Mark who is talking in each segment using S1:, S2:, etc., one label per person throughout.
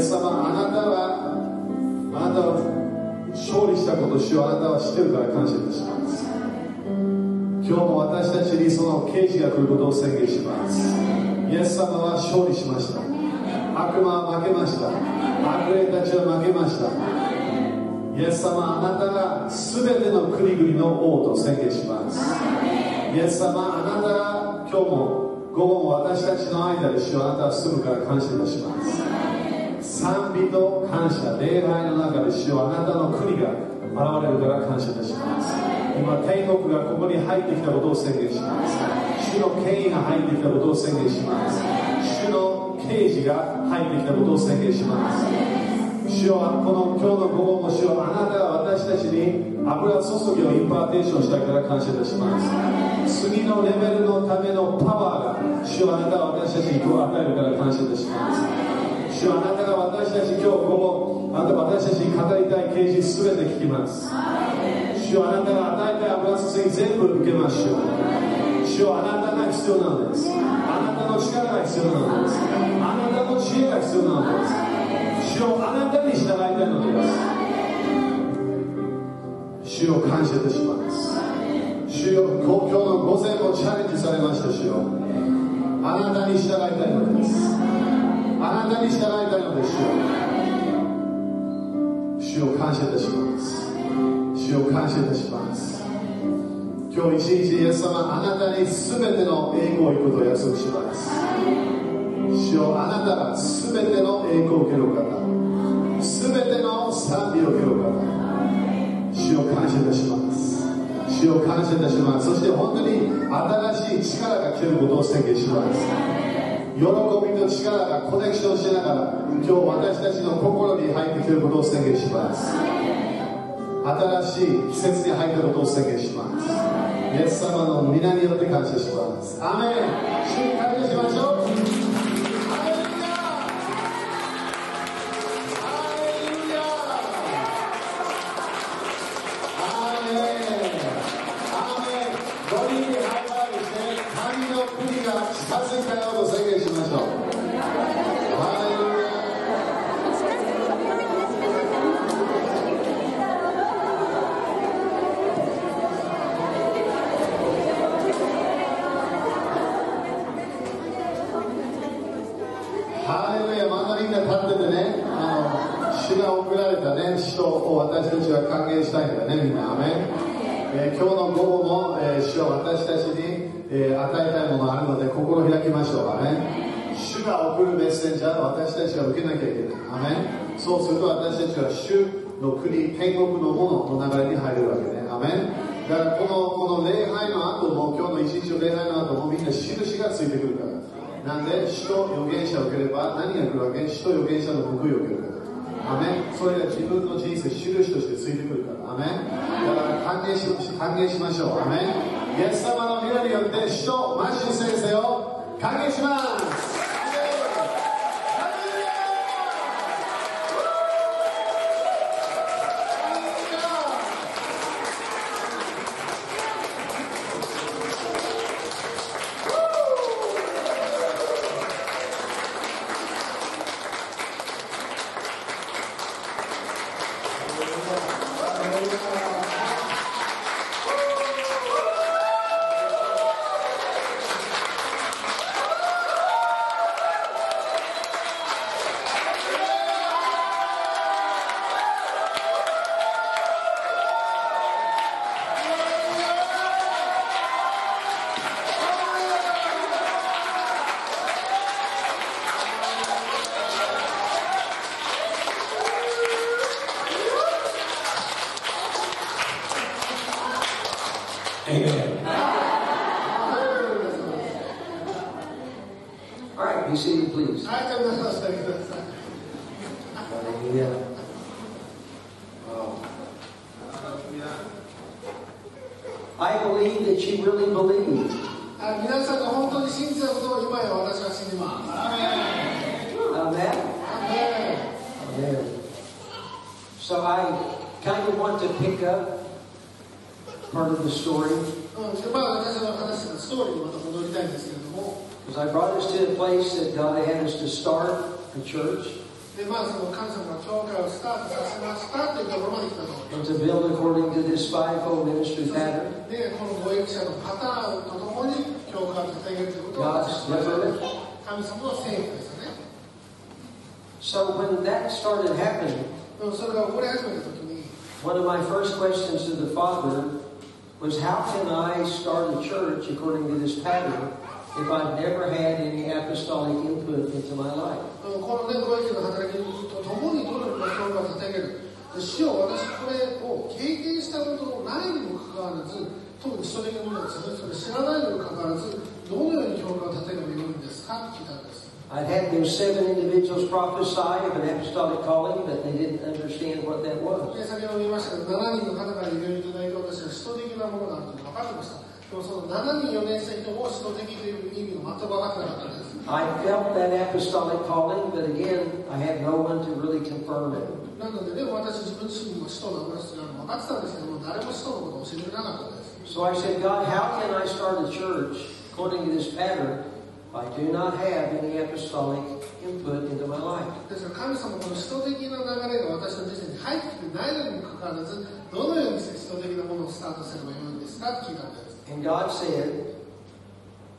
S1: さんあなたはあなたは勝利したことを主はあなたは知ってるから感謝いたします今日も私たちにその刑事が来ることを宣言しますイエス様は勝利しました悪魔は負けました悪霊たちは負けましたイエス様あなたが全ての国々の王と宣言しますイエス様あなたが今日も午後も私たちの間で主はあなたは住むから感謝いたします賛美と感謝礼拝の中で主はあなたの国が現れるから感謝いたします今天国がここに入ってきたことを宣言します主の権威が入ってきたことを宣言します主の刑事が入ってきたことを宣言します主よこの今日の午後も主よあなたは私たちに油注ぎをインパーテーションしたいから感謝いたします次のレベルのためのパワーが主よあなたは私たちに今日与えるから感謝いたします主よあなたが私たち今日午後あなた私たちに語りたい啓示すべて聞きます主よあなたが与えた油注ぎ全部受けましょう主よあなたが必要なんですあなたの力が必要なんですあなたの知恵が必要なんです主よあなたに従いたいのです主よ感謝いたします主よ今日の午前もチャレンジされました主よあなたに従いたいのですあなたに従いたいのです主よ主よ感謝いたします主よ感謝いたします今日一日イエス様あなたに全ての栄光を行くことを約束します主よあなたが全ての栄光を受ける方全ての賛美を受ける方主を感謝いたします主を感謝いたしますそして本当に新しい力が来てることを宣言します喜びと力がコネクションしながら今日私たちの心に入ってきてることを宣言します新しい季節に入ったことを宣言しますイエス様の皆によって感謝しますアメン主に感謝しましょうそうすると私たちは主の国、天国のものの流れに入るわけね。アメンだからこのこの礼拝の後も、今日の一日の礼拝の後もみんな印がついてくるから。なんで、主と預言者を受ければ何が来るわけ主と預言者の報いを受けるから。アメンそれが自分の人生、印としてついてくるから。アメンだから歓迎し歓迎しましょう。アメンイエス様の皆によって、主とマシュ先生を歓迎します
S2: でまあその神様が教会をスタートさせましたっていうところまで来たと思いま
S3: and to build according to this fivefold ministry pattern.
S2: すでこのご役者のパターンとともに教会を立て上げるということは
S3: God's resurrection.
S2: 神様の聖義ですよね
S3: So when that started happening,
S2: でもそれが起こり始めた時に
S3: one of my first questions to the Father was, how can I start a church according to this pattern if I've never had any apostolic input into my life?
S2: このね、ご意見の働きとともにどのような教会を立て上げる。で主よ私これを経験したことのないにもかかわらず、特にそれがものですね、それ知らないにもかかわらず、どのように教会を立て上げるんですかって聞いたんです。
S3: I'd had those seven individuals prophesy of an apostolic calling, but they didn't understand what that was.
S2: で、先ほど言いましたけど、7人の方からいろいろいただいて、私は使徒的なものだと分かってました。でもその7人4年生とも使徒的という意味が全く分かってなかったんです。
S3: I felt that apostolic calling, but again, I had no one to really confirm it.
S2: なのでね、私自分自身も使徒の話が分かってたんですけども、誰も使徒のことを教えてくれなかったんです。
S3: So I said, God, how can I start a church according to this pattern if I do not have any apostolic input into my life?
S2: ですから神様この使徒的な流れが私の人生に入ってきてないのにもかかわらずどのようにして使徒的なものをスタートすればよいんですかって聞いたんです
S3: And God said,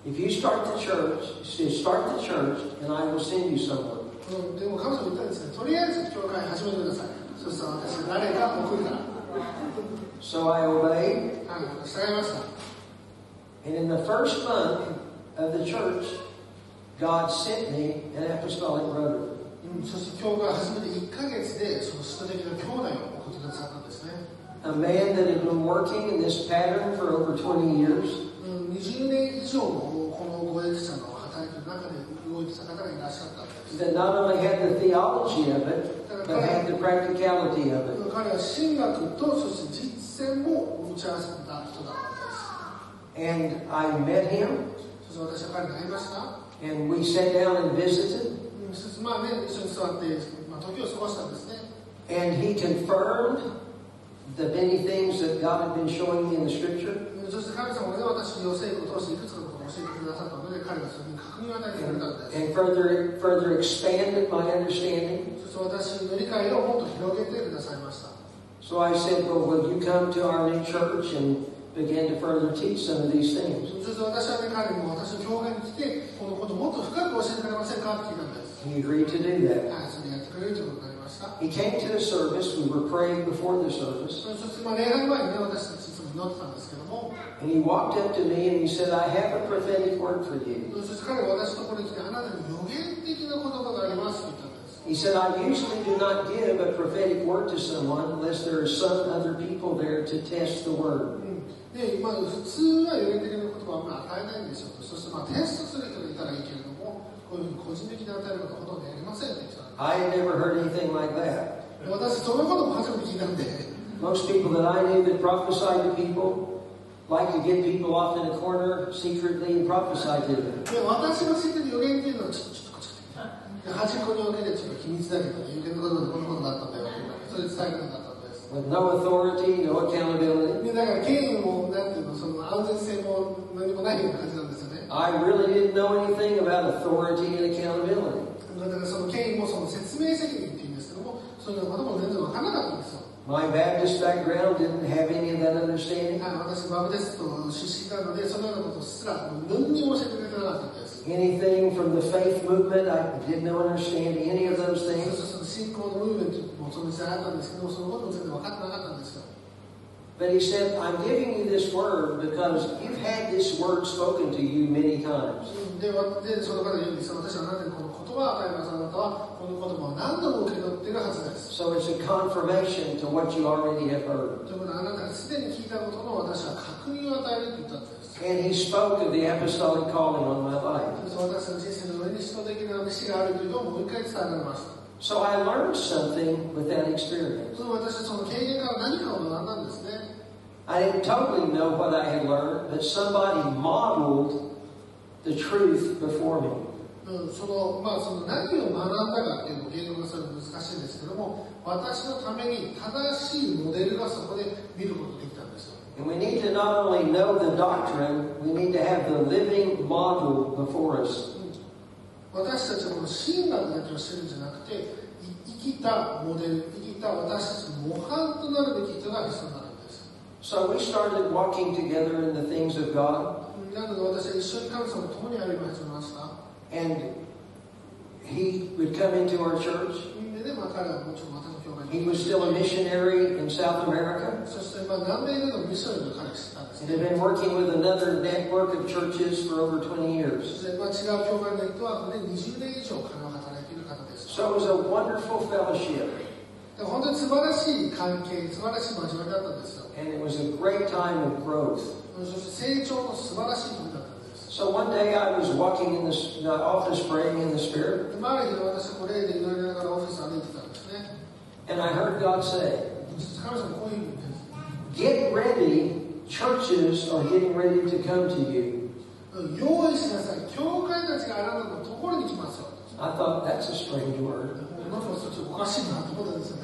S3: if you start the church, he said, start the church, and I will send you someone.
S2: うんでも神様言ったんですねとりあえず教会始めてくださいそしたら私誰か送るから
S3: So I obeyed,
S2: はい従いました
S3: and in the first month of the church, God sent me an apostolic brother.
S2: うんそして教会始めて1ヶ月でその使徒的な兄弟を送ってくださったんですね
S3: A man that had been working in this pattern for over 20 years.
S2: うん20年以上もこのご役者の働きの中で動いてた方がいらっしゃったんです
S3: that not only had the theology of it, but had the practicality of it.
S2: 彼は神学とそして実践も打ち合わせた人だったんです
S3: And I met him,
S2: そして私は彼に会いました。
S3: and we sat down and visited,
S2: そしてまあね、一緒に座って、まあ、時を過ごしたんですね。
S3: and he confirmed the many things that God had been showing me in the scripture.
S2: そして神様がね、私に教え子を通していくつかのことを教えてくださったので、彼がそれに確認を与えてくれたんです。
S3: And further, further expanded my understanding.
S2: そして私の理解をもっと広げてくださいました。
S3: So I said, "Well, will you come to our new church and begin to further teach some of these
S2: そ
S3: things?"
S2: して私はね、彼にも私の教会に来て、このことをもっと深く教えてくれませんかって聞いたんです。
S3: He agreed to do that.
S2: はい、それやってくれるということになりました。
S3: He came to the service. We were praying before the service,
S2: そしてまあ礼拝前にね、私たちいつも祈ってたんですけども、
S3: and he walked up to me and he said, "I have a prophetic word for you."
S2: そして彼が私のところに来て、あなたに予言的な言葉がありますって言ったんです。
S3: He said, I usually do not give a prophetic word to someone unless there are some other people there to test the word.
S2: で、まあ、普通は予言的な言葉はあんまり与えないんでしょうとそしてまあテストする人がいたらいいけれどもこういうふうに個人的に与えることはほとんどやりませんって言ってた
S3: I had never heard anything like that.
S2: で私そのことも初めて聞いたんで
S3: Most people that I knew that prophesied to people like to get people off in a corner secretly and prophesy to them.
S2: で私の知ってる予言っていうのはちょっとちょっとちょっとで端っこに置けてちょっと秘密だけどね予言のことでこのことだったんだよそれ伝えることだったんです
S3: With no authority, no accountability.
S2: でだから権威もなんていうのその安全性も何もないような感じなんですよね
S3: I really didn't know anything about authority and accountability.
S2: だからその権威もその説明責任っていうんですけどもそういうようなことも全然わからなかったんですよ
S3: My Baptist background didn't have any of that understanding.
S2: はい、私、バブテストの出身なので、そのようなことすら、何にも教えてくれてなかったんです。
S3: Anything from the faith movement, I didn't understand any of those
S2: そ
S3: things.
S2: してその信仰のムーブメントもその時代あったんですけど、そのことも全然分かってなかったんですよ。
S3: But he said, I'm giving you this word because you've had this word spokenとyou many times.
S2: で、わでその方が言うんですよ私はあなたにこの言葉を与えます。あなたはこの言葉を何度も受け取っているはずです。
S3: So it's a confirmation to what you already have heard.
S2: ということは、あなたがすでに聞いたことの私は確認を与えるって言ったんです。
S3: And he spoke of the apostolic calling on my life.
S2: そして私の人生の上に人的な飯があるというのをもう一回伝えられました。
S3: So I learned something with that experience.
S2: その私はその経験から何かを学んだんですね。
S3: I didn't totally know what I had learned, but somebody modeled the truth before me.
S2: うん、そのまあその何を学んだかっていうのを言語化するのは難しいんですけども私のために正しいモデルがそこで見ることができたんですよ
S3: And we need to not only know the doctrine, we need to have the living model before us.
S2: うん私たちの親鸞だけをしてるんじゃなくてい生きたモデル生きた私たちの模範となるべき人が必要になるんです
S3: So we started walking together in the things of God,
S2: なので私は一緒に神様と共に歩み始めました
S3: and he would come into our church.
S2: でね、まあ、彼はもちろん私の教会
S3: He
S2: に
S3: was still a missionary in South America
S2: そして、まあ、南米でのミッションの彼を知ったんです
S3: and had
S2: ね
S3: been working with another network of churches for over 20 years.
S2: そして、まあ、違う教会のネットワークで20年以上彼は働いている方です
S3: So it was a wonderful fellowship,
S2: で本当に素晴らしい関係素晴らしい交わりだったんですよ
S3: and it was a great time of growth.
S2: そして成長の素晴らしい時だったんです。
S3: So one day I was walking in the s- the office praying in the Spirit,
S2: で毎日私はこれで祈りながらオフィス歩いてたんですね。
S3: and I heard God say,
S2: そして彼女もこういうふうに言うんです。
S3: Get ready, churches are getting ready to come to you.
S2: 用意しなさい。教会たちがあなたのところに来ますよ。
S3: I thought that's a strange word.
S2: もちろんそっちおかしいなと思ったんですよね。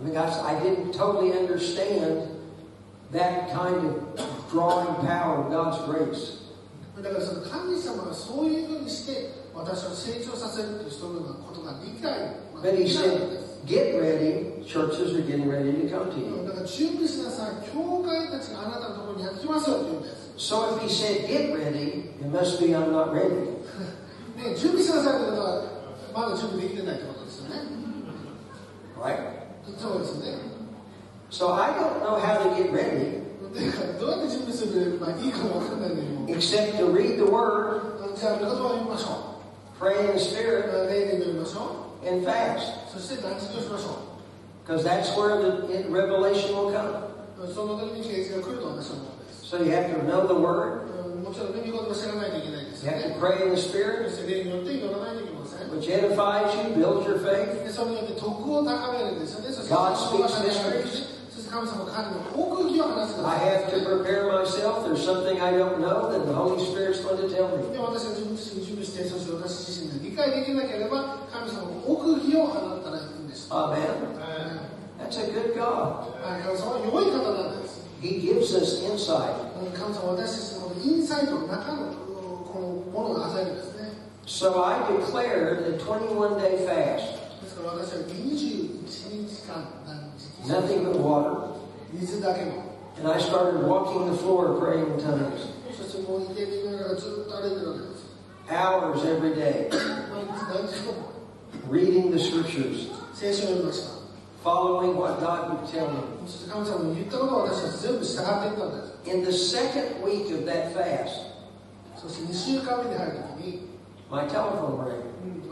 S3: I mean, guys, I didn't totally understand that kind of drawing power of God's grace.
S2: だからその神様がそういうふうにして私を成長させるというそういうようなことが理解まあ
S3: But
S2: で
S3: he
S2: きないん
S3: said,
S2: です。
S3: Get ready, churches are getting ready to come to you.
S2: だから準備しなさい。教会たちがあなたのところにやってきますよって言うんです。
S3: So if he said, Get ready, it must be I'm not ready.
S2: ね、準備しなさいってことはまだ準備できてないってことですよね。
S3: Right?
S2: そうですね。
S3: So I don't know how to get ready
S2: だからどうやって準備すればいいかわかんないけども、
S3: except to read the Word,
S2: じゃあ、言葉を読みましょ
S3: pray in the
S2: う。
S3: Spirit,
S2: 例で読みましょ
S3: and fast.
S2: う。そして断食をしましょ
S3: Because that's where the it- revelation will come.
S2: う。その時に啓示が来ると私は思うんです。
S3: So you have to know the Word,
S2: うんもちろん、ね、見事を知らないといけないです
S3: you
S2: よ
S3: have to
S2: ね。
S3: pray in the
S2: そ
S3: Spirit,
S2: して、例によって祈らないといけません。
S3: which edifies you, builds your faith.
S2: でそれによって徳を高めるんですよね。そして、
S3: God speaks
S2: そして神様、彼の奥義を話すん
S3: I have
S2: で
S3: to
S2: すよね。
S3: prepare myself. There's something I don't know, then the Holy Spirit's going to tell me.
S2: で私は自分自身に準備して、そして私自身で理解できなければ、神様の奥義を放ったらいいんです。
S3: Amen.
S2: はい、
S3: That's a good God.
S2: 神様は良い方なんです。
S3: He gives us insight.
S2: 神様私たちのこのインサイトの中のこのものを与えるんですね
S3: So I declared a 21 day fast,
S2: ですから私は21日間断食
S3: nothing but water.
S2: 水だけの
S3: And I started walking the floor praying in tongues,
S2: そしてもう池にいながらずっと歩いてるわけです
S3: hours every day,
S2: 毎日何時間も
S3: reading the scriptures,
S2: 聖書を読みました
S3: following what God would tell me.
S2: そして神様の言ったことを私たち全部従っていったんです
S3: In the second week of that fast,
S2: そして2週間目に入る時に
S3: my telephone rang.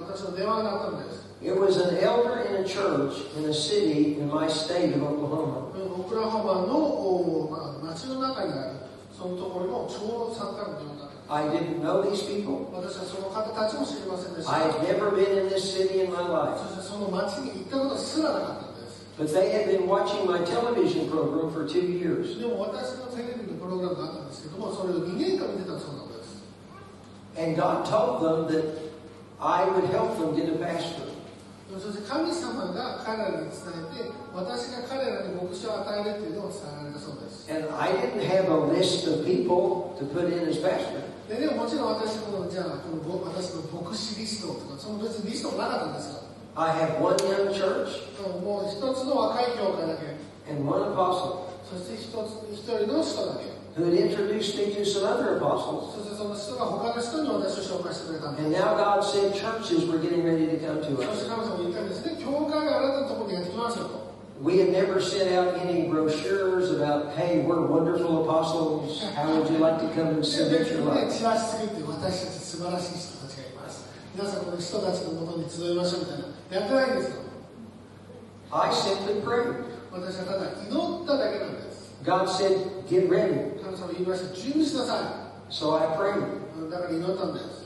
S2: 私の電話があったんです
S3: It was an elder in a church in a city in my state of Oklahoma.
S2: オクラホマのおまあ町の中にあるそのところの長老さんからの電話だったん
S3: I
S2: で
S3: didn't know these people.
S2: す私はその方たちも知りませんでし
S3: I
S2: た
S3: had never been in this city in my life.
S2: そしてその町に行ったことすらなかったんです。
S3: But they had been watching my television program for two years.
S2: でも私のテレビのプログラムがあったんですけども、それを2年間見てたそうなんです。
S3: And God told them that I would help them get a pastor.
S2: そして神様が彼らに伝えて、私が彼らに牧師を与えるっていうのを伝えられたそうです。
S3: And I didn't have a list of people to put in as pastor.
S2: で、でももちろん私の、じゃあ、このぼ私の牧師リストとか、その別にリストもなかったんですよ。
S3: I have one young church
S2: もう一つの若い教会だけ、
S3: and one apostle
S2: そして一つ一人の人だけ、
S3: who had introduced me to some other apostles.
S2: そしてその人が他の人に私を紹介してくれたんです
S3: And。now God said churches were getting ready to come to
S2: そ
S3: us.
S2: して神様も言ったんですね、教会があなたのところにやってきますよと。
S3: We had never sent out any brochures about, hey, we're wonderful apostles. How would you like to come and
S2: チラ
S3: submit your life?
S2: シ作って私たち素晴らしい人たちがいます皆さんこの人たちのもとに集いましょうみたいなやってないんですよ
S3: I simply prayed.
S2: 私はただ祈っただけなんです
S3: God said, get ready.
S2: 神様言いました準備しなさ
S3: So I prayed.
S2: いだから祈ったんです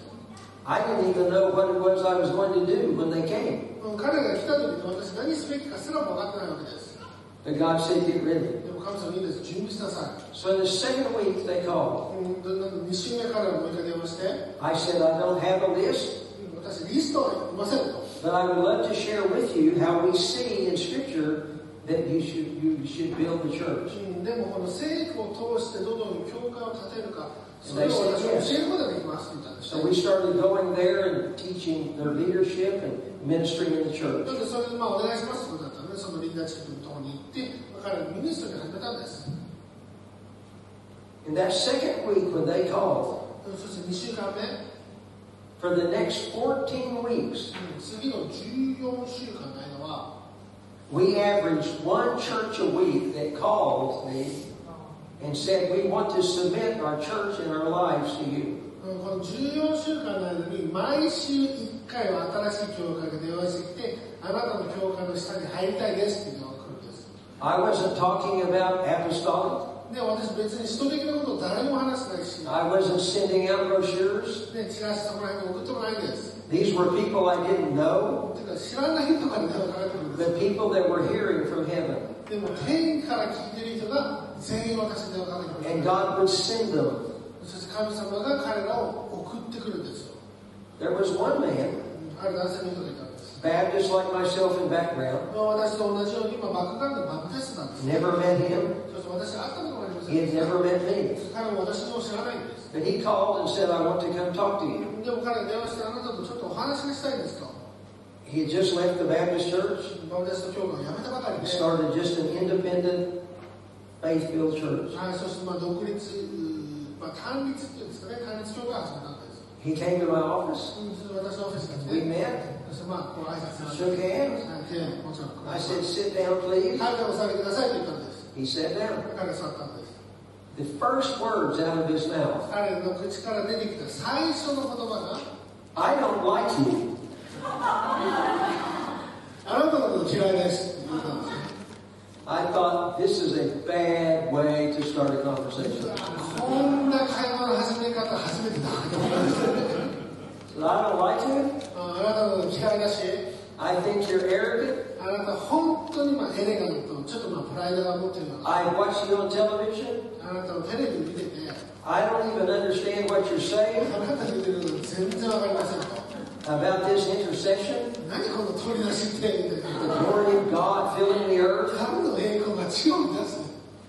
S3: I didn't even know what it was I was going to do when they came.
S2: 彼が来た時に私何すべきかすらも分かってないわけです
S3: But God said, get ready.
S2: でも神様いいです準備しなさい
S3: So the second week they called.
S2: うんでなんで2週目からもう一回電話して
S3: I said, I don't have a list,
S2: うん私リストはいませんと
S3: but I would love to share with you how we see in Scripture that you should, you should build the church.
S2: うんでもこの聖句を通してどのように教会を立てるかそれを
S3: 大
S2: 私
S3: 事
S2: は
S3: です
S2: 教えることができますみたいな人
S3: So we started going there and teaching their leadership and ministering in the
S2: な
S3: church.
S2: のでそれでまあお願いしますってことだったのでそのリーダーチップのところに行って彼らミニストリーを始めたんです
S3: And that second week when they called,
S2: そして2週間目
S3: for the next 14 weeks,
S2: 次の14週間の間は
S3: we averaged one church a week that called me and said, we want to submit our church and our lives to you.
S2: うんこの14週間の間に毎週1回は新しい教会が電話してきてあなたの教会の下に入りたいですっていうのが来るんです
S3: I wasn't talking about apostolic.
S2: で私別に人的なことを誰にも話してないし
S3: I wasn't sending out brochures.
S2: ね、チラシとかなんか送ってもないんです。
S3: These were people I didn't know,
S2: てか知らない人から電話かかってくるんで
S3: the people that were hearing from heaven.
S2: す。でも天から聞いてる人が全員私に電話かかってく
S3: And
S2: る。
S3: God would send them.
S2: そして神様が彼らを送ってくるんですよ。
S3: There was one man,
S2: ある男性の人がいたんです。
S3: Baptist like myself in background,
S2: まあ、私と同じように今バックグラウンドでバプテストなんです。
S3: never met him,
S2: そして私会ったこともありません
S3: he had
S2: でした。
S3: never met me.
S2: 彼も私も知らないんです。
S3: But he called and said, I want to come talk to you.
S2: でも彼に電話してあなたとちょっとお話がしたいんですと。
S3: He had just left the Baptist church
S2: まあ私と教会を辞めたばかり
S3: and
S2: で。
S3: started just an independent, faith filled church.
S2: はい、そしてまあ独立、うんまあ単立っていうんですかね、単立教会を始めたんです。
S3: He came to my office,
S2: 私のオフェスが
S3: we
S2: 来て、
S3: met,
S2: そしてまあ、こう挨拶をして、
S3: shook hands.
S2: もちろん、こう
S3: I said, Sit down, please.
S2: 体を下げてくださいと言ったんです。
S3: He sat down.
S2: 彼が去ったんです。
S3: The first words out of his mouth
S2: 彼の口から出てきた最初の言葉
S3: I don't like you.
S2: が、あなたのこと嫌いですって言ったんですね。
S3: I thought this is a bad way to start a conversation.
S2: こんな会話の始め方、初めてだと思ったんですよね。
S3: So I don't like you.
S2: ああなたのこと嫌いだし、
S3: I think you're arrogant.
S2: あなた本当にまあエレガント、ちょっとまあプライドが持ってるような、
S3: I watch you on television.
S2: あなたをテレビ見てて、
S3: I don't even understand what you're
S2: あ
S3: saying
S2: なた言ってること全然わかりませんと。
S3: about this intercession,
S2: 何この取り出しってみたい
S3: the
S2: な
S3: glory of God filling the earth.
S2: 神の栄光が地を満たす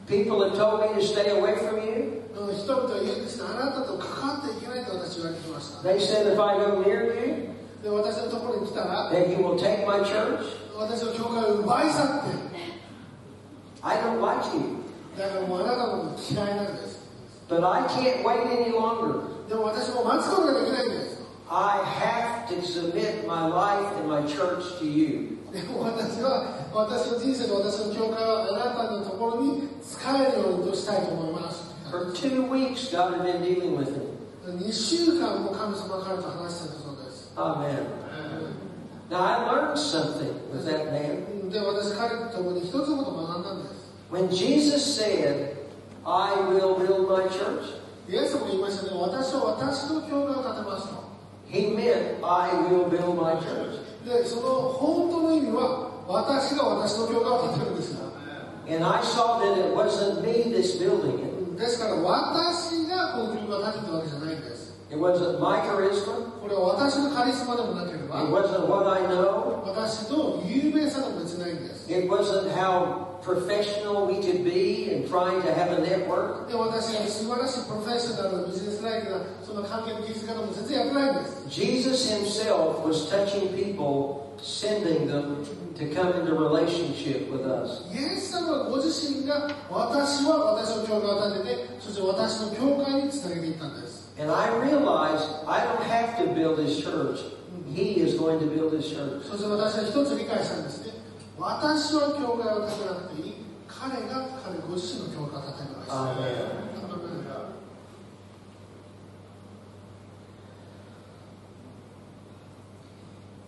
S3: People have told me to stay away from you.
S2: うん人々は言うんですあなたと関わっていけないと私は言われてきました
S3: They said if I go near you,
S2: で私のところに来たら
S3: that you will take my church.
S2: 私の教会を奪い去って
S3: I don't like you.
S2: だからもうあなたのこと嫌いなんです
S3: But I can't wait any longer.
S2: でも私も待つことができないんです
S3: I have to submit my life and my church to you.
S2: でも私は私の人生と私の教会はあなたのところに使えるようにとしたいと思います
S3: For two weeks, God had been dealing with him.
S2: 2週間も神様が彼と話してたそうです
S3: Amen. Now, I learned something with that man.
S2: うんで私彼と共に一つのことを学んだんです
S3: When Jesus said, I will build my church,
S2: イエスも言いましたね、私は私の教会を建てますと。
S3: he meant, I will build my church.
S2: で、その本当の意味は、私が私の教会を建てるんですよ。
S3: And I saw that it wasn't me that's building it.
S2: ですから、私がこの教会を建てたわけじゃないんです。
S3: It wasn't my charisma.
S2: これは私のカリスマでもなけれ
S3: It
S2: ば、
S3: wasn't what I know.
S2: 私の有名さでも別にないんです。
S3: It wasn't how professional we could be in trying to have a network.
S2: で、私が素晴らしいプロフェッショナルのビジネスライクな、その関係の技術家でも全然やってないんです。
S3: Jesus himself was touching people, sending them to come into relationship with us.
S2: イエス様はご自身が、私は私の教会を建てて、そして私の教会につなげていったんです。
S3: And I realized I don't have to build his church. He is going to build his church.
S2: そして私は一つ理解したんですね。私は教会を建てなくていい。彼が彼ご自身の教会を建てるんで
S3: Amen.
S2: す。あ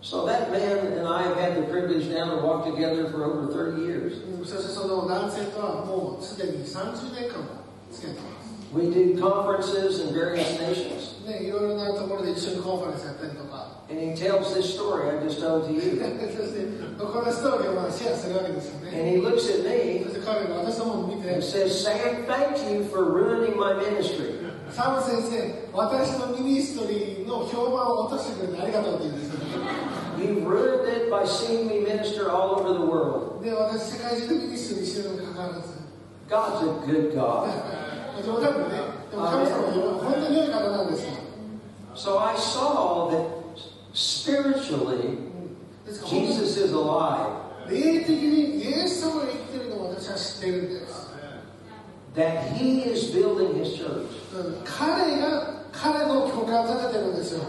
S3: So that man and I have had the privilege now to walk together for over 30 years.
S2: のそしてその男性とはもうすでに30年間も付き合ってま
S3: We do conferences in various nations.
S2: す。ね、いろいろなところで一緒にコンファレンスやったりとか。
S3: And he tells this story I just told to
S2: そ
S3: you.
S2: して残りのストーリーをまあシェアするわけですよね。
S3: And he looks at
S2: そ
S3: me
S2: して彼が私のものを見て
S3: and、says, Sam, thank you for ruining my ministry.
S2: サム先生、私のミニストリーの評判を落としてくれてありがとうって言うんですよね。
S3: You ruined it by seeing me minister all over the world.
S2: で私世界中でミニストリーしてるのにかかわらず
S3: God's a good God.
S2: 冗談でねでも神様は本当に良い方なんですよ
S3: So I saw that spiritually,
S2: ですから本当に
S3: Jesus is alive,
S2: 霊的にイエス様が生きてるのを私は知ってるんです。
S3: that He is building His church,
S2: 彼が彼の許可を立ててるんですよ。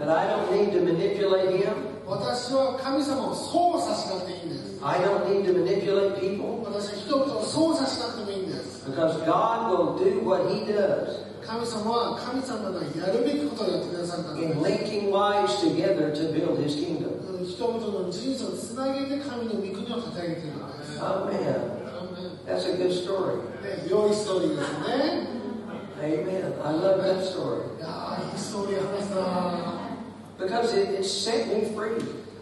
S3: that I don't need to manipulate Him,
S2: 私は神様を操作しなくていいんです。
S3: I don't need to manipulate people,
S2: 私は人々を操作しなくてもいいんです。
S3: because God will do what He does
S2: 神様は神様がやるべきことをやってくださったので
S3: in linking lives together to build His kingdom.
S2: 人々の人生をつなげて神の御国を掲げているのです。
S3: Amen. That's a good story.
S2: ね、良いストーリーですよね。
S3: Amen. I love that story
S2: いやーいいストーリー話したな
S3: because it, it set me free.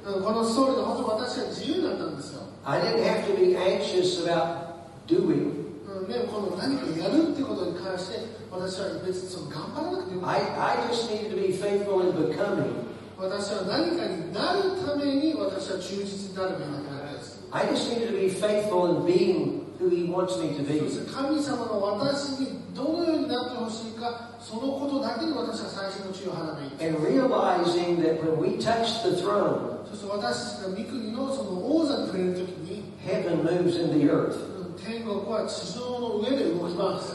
S2: うんこのストーリーで本当私は自由だったんですよ。
S3: I didn't have to be anxious about doing.
S2: うんでもこの何かやるってことに関して私は別にその頑張らなくても
S3: I, I just needed to be faithful in becoming.
S2: 私は何かになるために私は忠実になるべきなんです。
S3: I just needed to be faithful in being who He wants me to
S2: そ
S3: be.
S2: して神様の私にどのようになってほしいかそのことだけに私は最初の注意を払うべき
S3: And realizing that when we touch the throne,
S2: そして私たちが御国のその王座に触れるときに
S3: heaven moves in the earth.
S2: うん天国は地上の上で動きます。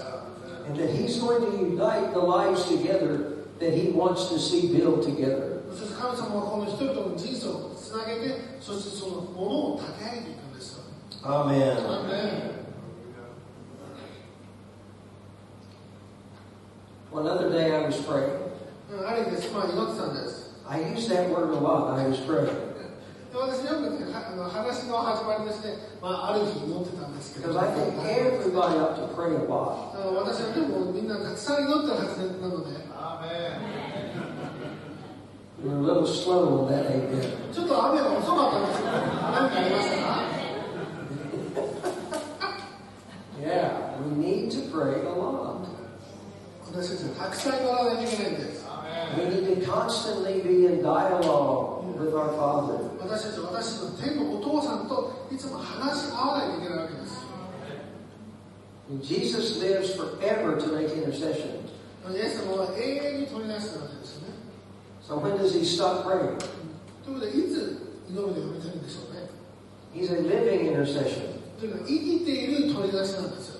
S3: And that He's going to unite the lives together that He wants to see build together.
S2: そして神様はこの人々の人生をつなげてそしてそのものを立て上げていくんですよ。
S3: Amen.
S2: アーメン
S3: One other day I was praying.
S2: うんある意味です。まあ、祈ってたんです。
S3: I use that word a lot. I was praying
S2: で私よく、ね、はあの話の始まりですね、まあ、ある日祈ってたんですけど、
S3: because I think
S2: あ
S3: everybody ought to pray a lot.
S2: の私はでもみんなたくさん祈ってるはずなので、
S3: We were a little slow on that amen.
S2: ちょっと雨が遅かったんですけど、何かありましたか
S3: Yeah, we need to pray a lot.
S2: 私たちはたくさん祈らないといけないんです。
S3: We need to constantly be in dialogue with our Father.
S2: 私たちは私の天のお父さんといつも話し合わないといけないわけです。
S3: And Jesus lives forever to make intercession.
S2: イエス様は永遠に取り出してるわけですよね。
S3: So when does he stop praying?
S2: ということで、いつ祈るのをやめてるんでしょうね。
S3: He's a living intercession.
S2: というか、生きている取り出しなんですよ。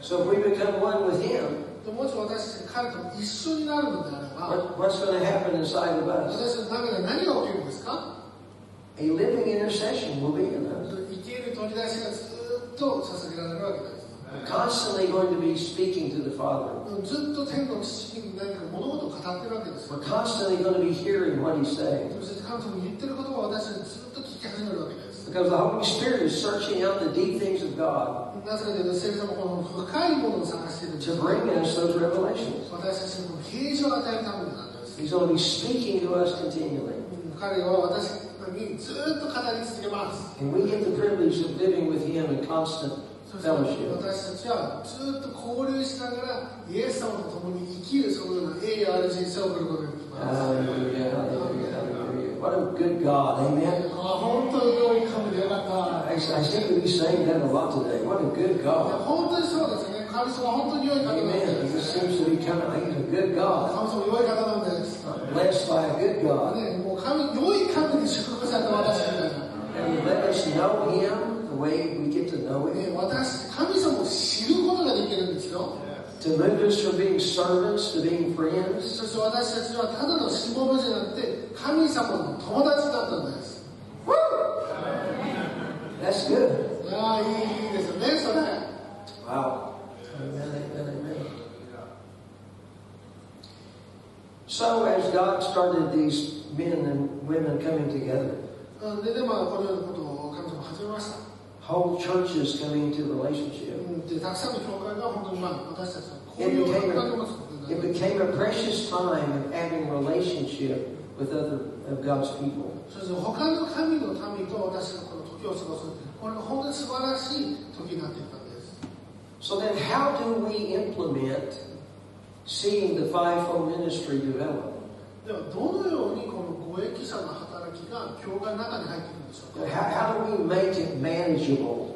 S3: So if we become one with him,
S2: でもし私たちが彼と一緒になるのであれば、
S3: what, what's going to happen inside of us?
S2: 私の中で何が起きるんですか
S3: A living intercession will be in us.
S2: 生きる取り出しがずっと捧げられるわけです。
S3: We're constantly going to be speaking to the Father.
S2: ずっと天の父に何か物事を語ってるわけですよ。
S3: We're constantly going to be hearing what he's saying.
S2: そして彼女の言ってることを私はずっと聞き始めるわけです。
S3: Because the Holy Spirit is searching out the deep things of God
S2: なぜかというと、聖霊様はこの深いものを探している
S3: to bring us those revelations.
S2: 私たちにこの啓示を与えるためなんです。
S3: He's going to be speaking to us continually.
S2: 彼は私にずっと語り続けます。
S3: And we get the privilege of living with Him in constant
S2: そして
S3: fellowship.
S2: 私たちはずっと交流しながらイエス様と共に生きるそのような栄誉ある人生を送ることができます。
S3: Hallelujah, hallelujah, hallelujah. What a good God, amen.
S2: あ本当に良い神でよかった。
S3: I, I seem to be saying that a lot today. What a good
S2: いや
S3: God.
S2: 本当にそうですね。神様は本当に良い方なんで
S3: Amen. He
S2: す。
S3: just seems to be kind of, He's a good
S2: 神
S3: God.
S2: 様良い方なんです。
S3: Blessed by a good God.
S2: ね、もう神良い神に祝福された私みたいな。
S3: And let us know Him the way we get to know Him.
S2: ね、私、神様を知ることができるんですよ。
S3: To move us from being servants to being friends.
S2: そして私たちはただのしもべじゃなくて、神様の友達だったんです。
S3: Woo! That's good.
S2: いやーいいいいですよね、それ。
S3: Wow. Amen, amen, amen. So as God started these men and women coming together,
S2: うんで、で、まあ、このようなことを神様始めました。
S3: whole churches coming into
S2: う
S3: relationship.
S2: ん、で、たくさんの教会が本当に、まあ、私たちの
S3: It
S2: 交流を
S3: became,
S2: 深めます
S3: a, it became a precious time of having relationship with other of God's people.
S2: そして他の神の民と私のこの時を過ごす。これが本当に素晴らしい時になっていったんです。
S3: So then how do we implement seeing the fivefold ministry develop?
S2: では、どのようにこの護衛記者の働働きが教会の中に入ってくるんでしょう
S3: But how, how do we make it manageable?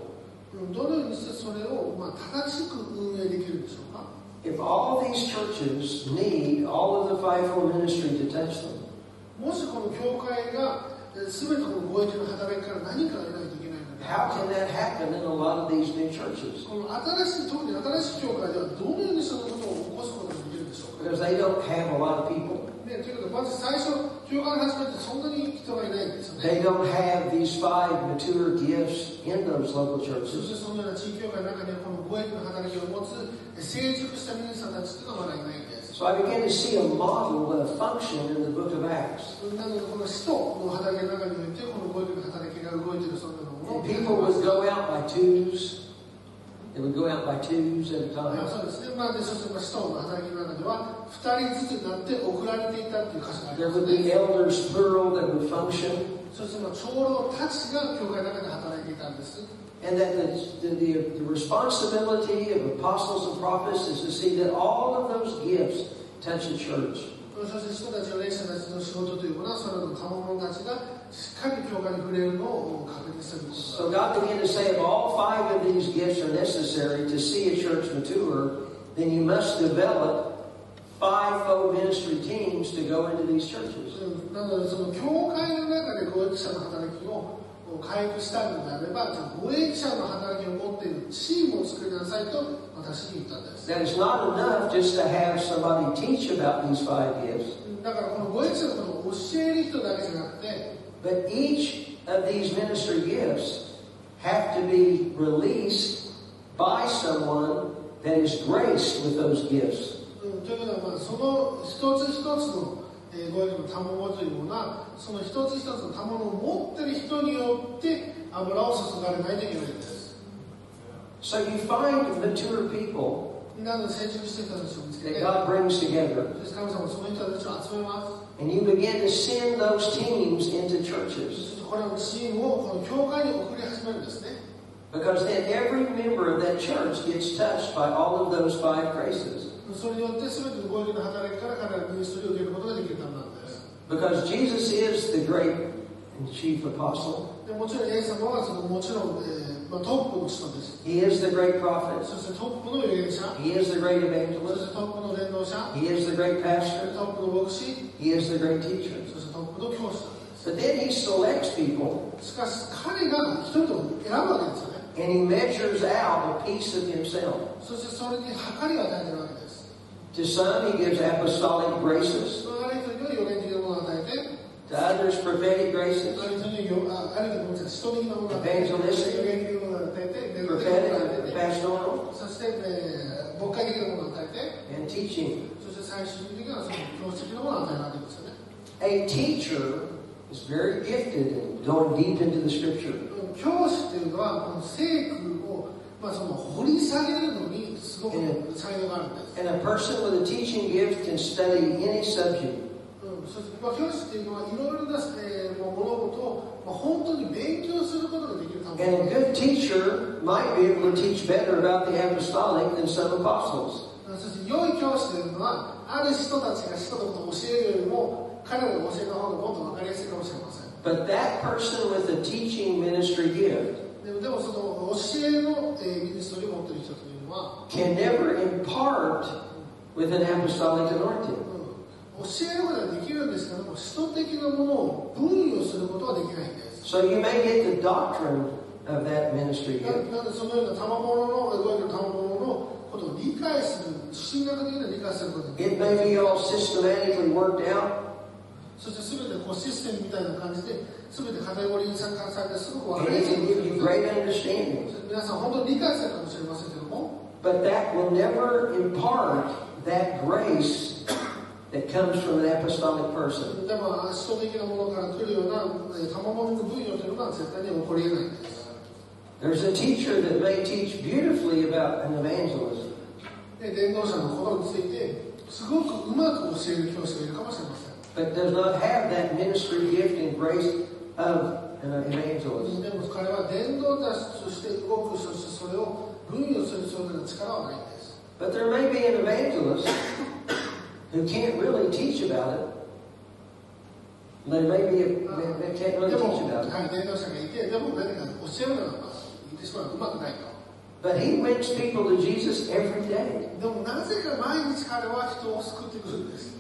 S2: どのようにしてそれを、まあ、正しく運営できるんでしょうか
S3: If all these churches need all of the fivefold ministry to touch them,
S2: もしこの教会がえー全てこの貿易の働きから何かを得ないといけないので
S3: how can that happen in a lot of these new churches?
S2: この新しい特に新しい教会ではどのようにそのことを起こすことができるんでしょうか
S3: Because they don't have a lot of people.
S2: ね、ということでまず最初教会の始めってそんなに人がいないんですよね
S3: They don't have these five mature gifts in those local
S2: そして
S3: churches.
S2: そのような地域教会の中でこの貿易の働きを持つえー成熟した皆さんたちっていうのはまだいないんです
S3: So I began to see a model and a function in the book of Acts.
S2: なのでこの使徒の働きの中においてこの貿易の働きが動いているそんなの
S3: And
S2: を
S3: people would go out by twos. They would go out by twos at a
S2: あ
S3: time.
S2: そうですね、まあ、でそしてまあ使徒の働きの中では2人ずつになって送られていたっていう箇所があり
S3: There
S2: ま
S3: would
S2: す
S3: be
S2: ね
S3: elders plural that would function.
S2: そしてまあ長老たちが教会の中で働いていたんです
S3: And that the, the, the, the responsibility of apostles and prophets is to see that all of those gifts touch the church.
S2: そして人たちの霊者たちの仕事というものはそれの賜物たちがしっかり教会に触れるのを確認する
S3: So
S2: こと
S3: God began to say, if all five of these gifts are necessary to see a church mature, then you must develop fivefold ministry teams to go into these churches.
S2: うんなのでその教会の中で貿易者の働きを回復したいのであればその貿易者の働きを持っているチームを作りなさいと私に言ったんです
S3: That it's not enough just to have somebody teach about these five gifts,
S2: だからこの貿易者のことを教える人だけじゃなくて
S3: but each of these ministry gifts have to be released by someone that is graced with those gifts.
S2: うんということは、まあ、その一つ一つの、えー、ご縁の賜物というものはその一つ一つの賜物を持ってる人によって油を注がれないといけないんです
S3: So you find mature people
S2: なので成熟してる人たちを見つけ
S3: that
S2: て
S3: God brings together.
S2: そして神様はその人たちを集めま
S3: And you begin to send those teams into churches.
S2: すこれをチームをこの教会に送り始めるんですね
S3: Because then every member of that church gets touched by all of those five graces.
S2: それによって全てのご縁の働きから彼らの民主を受けることができるためなんです
S3: Because Jesus is the great and chief apostle.
S2: でもちろんイエス様はそのもちろん、えーまあ、トップの人です
S3: He is the great prophet.
S2: そしてトップの預言者
S3: He is the great
S2: そ
S3: evangelist.
S2: してトップの伝道者
S3: He is the great
S2: そし
S3: pastor.
S2: てトップの牧師
S3: He is the great teacher.
S2: そしてトップの教師なんで
S3: But then he selects people
S2: すしかし彼が人々を選ぶわけですよね
S3: and he measures out a piece of himself.
S2: そしてそれに計りを与えてるわけです
S3: To some, he gives apostolic graces.
S2: ある人には予言的なものを与えて
S3: To others, prophetic
S2: あ
S3: graces.
S2: る人にはよあある人には人的なものを与えて
S3: Evangelistic
S2: 予言的なものを与えて伝道的なものを
S3: Prophetic, pastoral.
S2: 与えてそして、えー、牧会的なものを与え
S3: and teaching.
S2: てそして最終的にはその教師的なものを与えるわけですよね
S3: A teacher is very gifted in going deep into the scripture.
S2: 教師っていうのはこの聖句を、まあ、その掘り下げるのにすごく才能があるんです
S3: And a person with a teaching gift can study any subject.
S2: うん、そしてまあ教師っていうのはいろいろな、えー、もう物事を、まあ、本当に勉強することができるた
S3: And
S2: め
S3: a
S2: に
S3: good teacher might be able to teach better about the apostolic than some apostles.
S2: そして良い教師というのはある人たちが人のことを教えるよりも彼らが教えた方がもっと分かりやすいかもしれません
S3: But that person with a teaching ministry gift
S2: でもでもその教えの、えー、キリストに持っている人というのは、
S3: can never impart with an apostolic
S2: うん
S3: anointing.
S2: 教えることはできるんですけども使徒的なものを分与することはできないんです
S3: So you may get the doctrine of that ministry
S2: な
S3: gift,
S2: なのでそのような賜物の動いの賜物のことを理解する神学的な理解することができ
S3: it
S2: ない
S3: may be all systematically worked out,
S2: そして全てこうシステムみたいな感じで全てカテゴリーに参加されてすごく
S3: And
S2: 分かり
S3: it
S2: やすい
S3: can give you great understanding.
S2: 皆さん本当に理解するかもしれませんけども
S3: But that will never impart that grace that comes from an apostolic person.
S2: でも使徒的なものから来るようなえー賜物の分野というのは絶対に起こり得ないんです
S3: There's a teacher that may teach beautifully about an evangelist,
S2: で伝道者のことについてすごくうまく教える教師がいるかもしれません
S3: but does not have that ministry gift and grace of an evangelist.
S2: でも彼は伝道者として動くそしてそれを分与するそういう力はないんです
S3: But there may be an evangelist who can't really teach about it. They may be, they, they can't
S2: で
S3: really
S2: も、
S3: teach about it.
S2: はい、伝道者がいて、でも何か教えるならば、言ってしまうまくないと。
S3: But he wins people to Jesus every day.
S2: でも、なぜか毎日彼は人を救ってくるんです。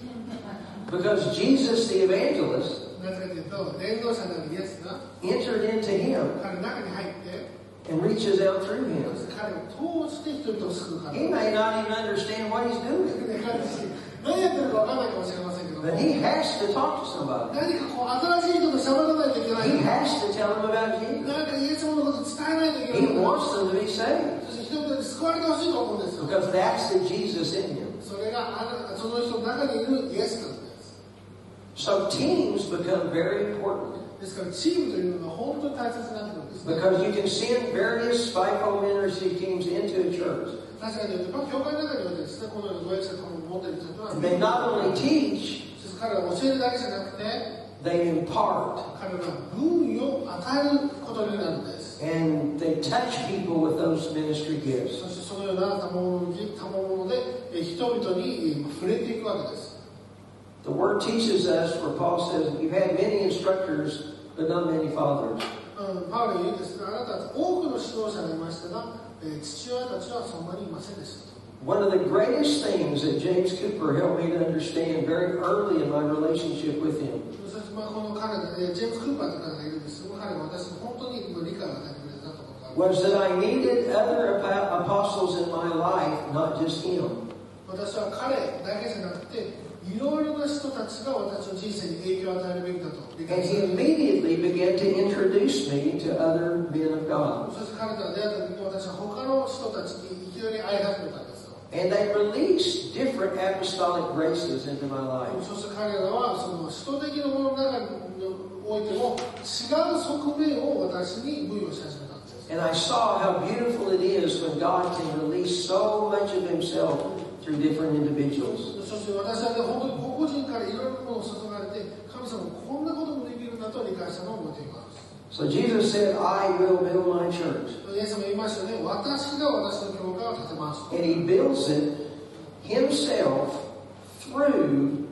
S3: Because Jesus, the evangelist,
S2: なぜかというと、伝道者のイエスが
S3: entered into him
S2: 彼の中に入って、
S3: and reaches out through him.
S2: 彼を通して人々を救うから。
S3: He may not even understand what he's doing,
S2: 彼自身何やってるかわからないかもしれませんけども、
S3: but he has to talk to somebody.
S2: 何かこう、新しい人と喋らないといけない
S3: He。has to tell them about Jesus.
S2: なんかイエス様のこと伝えないといけ
S3: He
S2: ない。
S3: wants them to be saved
S2: そして人々に救われてほしいと思うんですよ。
S3: because that's the Jesus in him.
S2: それがあなたその人の中にいるイエスなんです。
S3: So teams become very important
S2: ですからチームというのが本当に大切になってくるんですね。
S3: because you can send various FICO ministry teams into a church.
S2: 確かに、まあ、教会の中にはですね、このようにご役者様を持っている人は、
S3: They not only teach,
S2: 彼らは教えるだけじゃなくて、
S3: they impart
S2: 彼らは分を与えることになるんです。
S3: and they touch people with those ministry gifts.
S2: そしてそのような賜物に賜物で、え人々にえ触れていくわけです。
S3: The word teaches us where Paul says, You've had many instructors, but not many fathers.
S2: うん、パウロに言うんですね、あなたは多くの指導者がいましたが、えー父親たちはそんなにいませんでしたと。
S3: One of the greatest things that James Cooper helped me to understand very early in my relationship with him
S2: そしてまあこの彼が、えージェームズ・クーパーという方がいるんですけど、彼は私の本当に今理解を与えてくれたと思っ
S3: was
S2: て
S3: that I needed other apo- apostles in my life, not just him.
S2: 私は彼だけじゃなくていろいろな人たちが私の人生に影響を与えるべきだと理
S3: And
S2: 解す
S3: he
S2: る
S3: immediately began to introduce me to other men of God.
S2: そして彼と出会った時に私は他の人たちにいきなり会い始めたんですよ
S3: And they released different apostolic graces into my life.
S2: そして彼らはその使徒的なものの中においても違う側面を私に分与し始めたんです
S3: And I saw how beautiful it is when God can release so much of himself through different individuals.
S2: そして私はね本当に個々人からいろいろなものを注がれて神様こんなこともできるんだと理解したのを覚えています
S3: So Jesus said, I will build my church.
S2: イエス様言いましたね私が私の教会を建てますと
S3: And he builds it himself through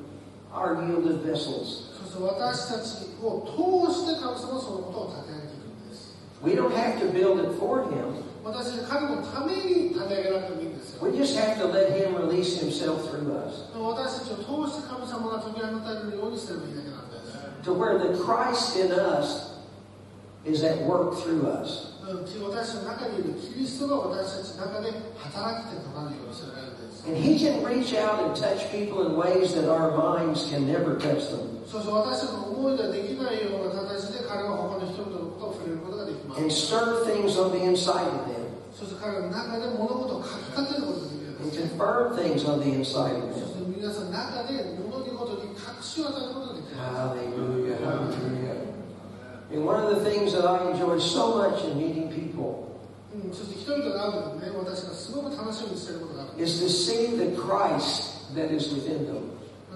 S3: our yielded vessels.
S2: そして私たちを通して神様はそのことを立て上げていくんです。
S3: We don't have to build it for him.
S2: 私たち彼のために立て上げなくてもいいんですよ。
S3: We just have to let him release himself through us
S2: 私たちを通して神様が解き放たれるようにすればいいだけなんです。
S3: to where the Christ in us is at work through us.
S2: うん私の中にいるキリストが私たちの中で働きてとなるようにすればいいんです。
S3: And he can reach out and touch people in ways that our minds can never touch them.
S2: そして私たちの思いではできないような形で彼は他の人々のことを触れることができます
S3: and。stir things on the inside of them
S2: そして彼の中で物事をかき立てることができるんで
S3: and
S2: すね。
S3: confirm things on the inside of
S2: そし
S3: them.
S2: て皆さんの中で物事に隠しを与えることができる。
S3: Hallelujah, hallelujah. And one of the things that I enjoy so much in meeting people
S2: うん、そして人々が会うのね、私がすごく楽しみにしていることがある。
S3: is to see the Christ that is within them.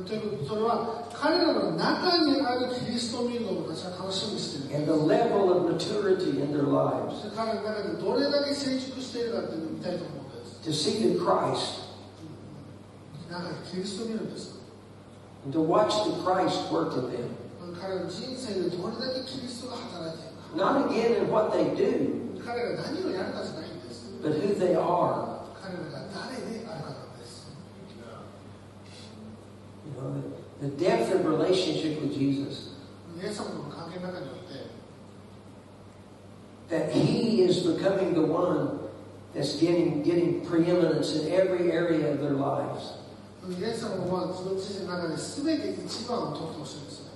S2: ということでそれは彼らの中にあるキリストを見るのを私は楽しみにしている。
S3: And the level of maturity in their lives.
S2: そして彼らの中でどれだけ成熟しているかっていうのを見たいと思うんです。
S3: To see the Christ
S2: 中でキリストを見るんです。
S3: and to watch the Christ work in them.
S2: 彼らの人生でどれだけキリストが働いている
S3: Not again in what they do,
S2: か。彼らが何をやるかじゃないんです。
S3: but who they are.
S2: 彼らが誰であるかなんです。
S3: You know, the, the depth of relationship with Jesus.
S2: イエス様との関係の中において、
S3: that he is becoming the one that's getting getting preeminence in every area of their lives.
S2: イエス様は自分自身の中で全て一番を取ってほしいんですね。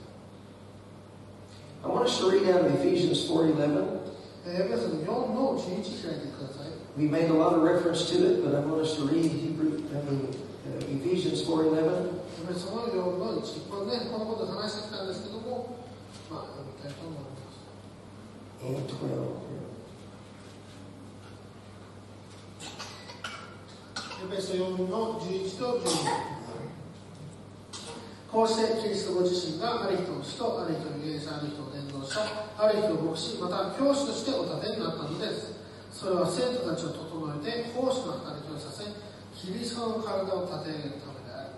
S3: I want us to read out of Ephesians 4:11.
S2: えー皆さん4の11開いてください。
S3: We made a lot of reference to it, but I want us to read Hebrew, I mean, uh, Ephesians 4:11.
S2: そのようの一番ね、このことを話してきたんですけども、まあ、読みたいと思います。
S3: and 12.
S2: エペソ4の11と12。こうしてキリストご自身がある人の使徒、ある人の芸者、ある人の伝道者、ある人の牧師、また教師としてお立てになったのです。それは生徒たちを整えて、奉仕の働きをさせ、キリストの体を立て上げるためである。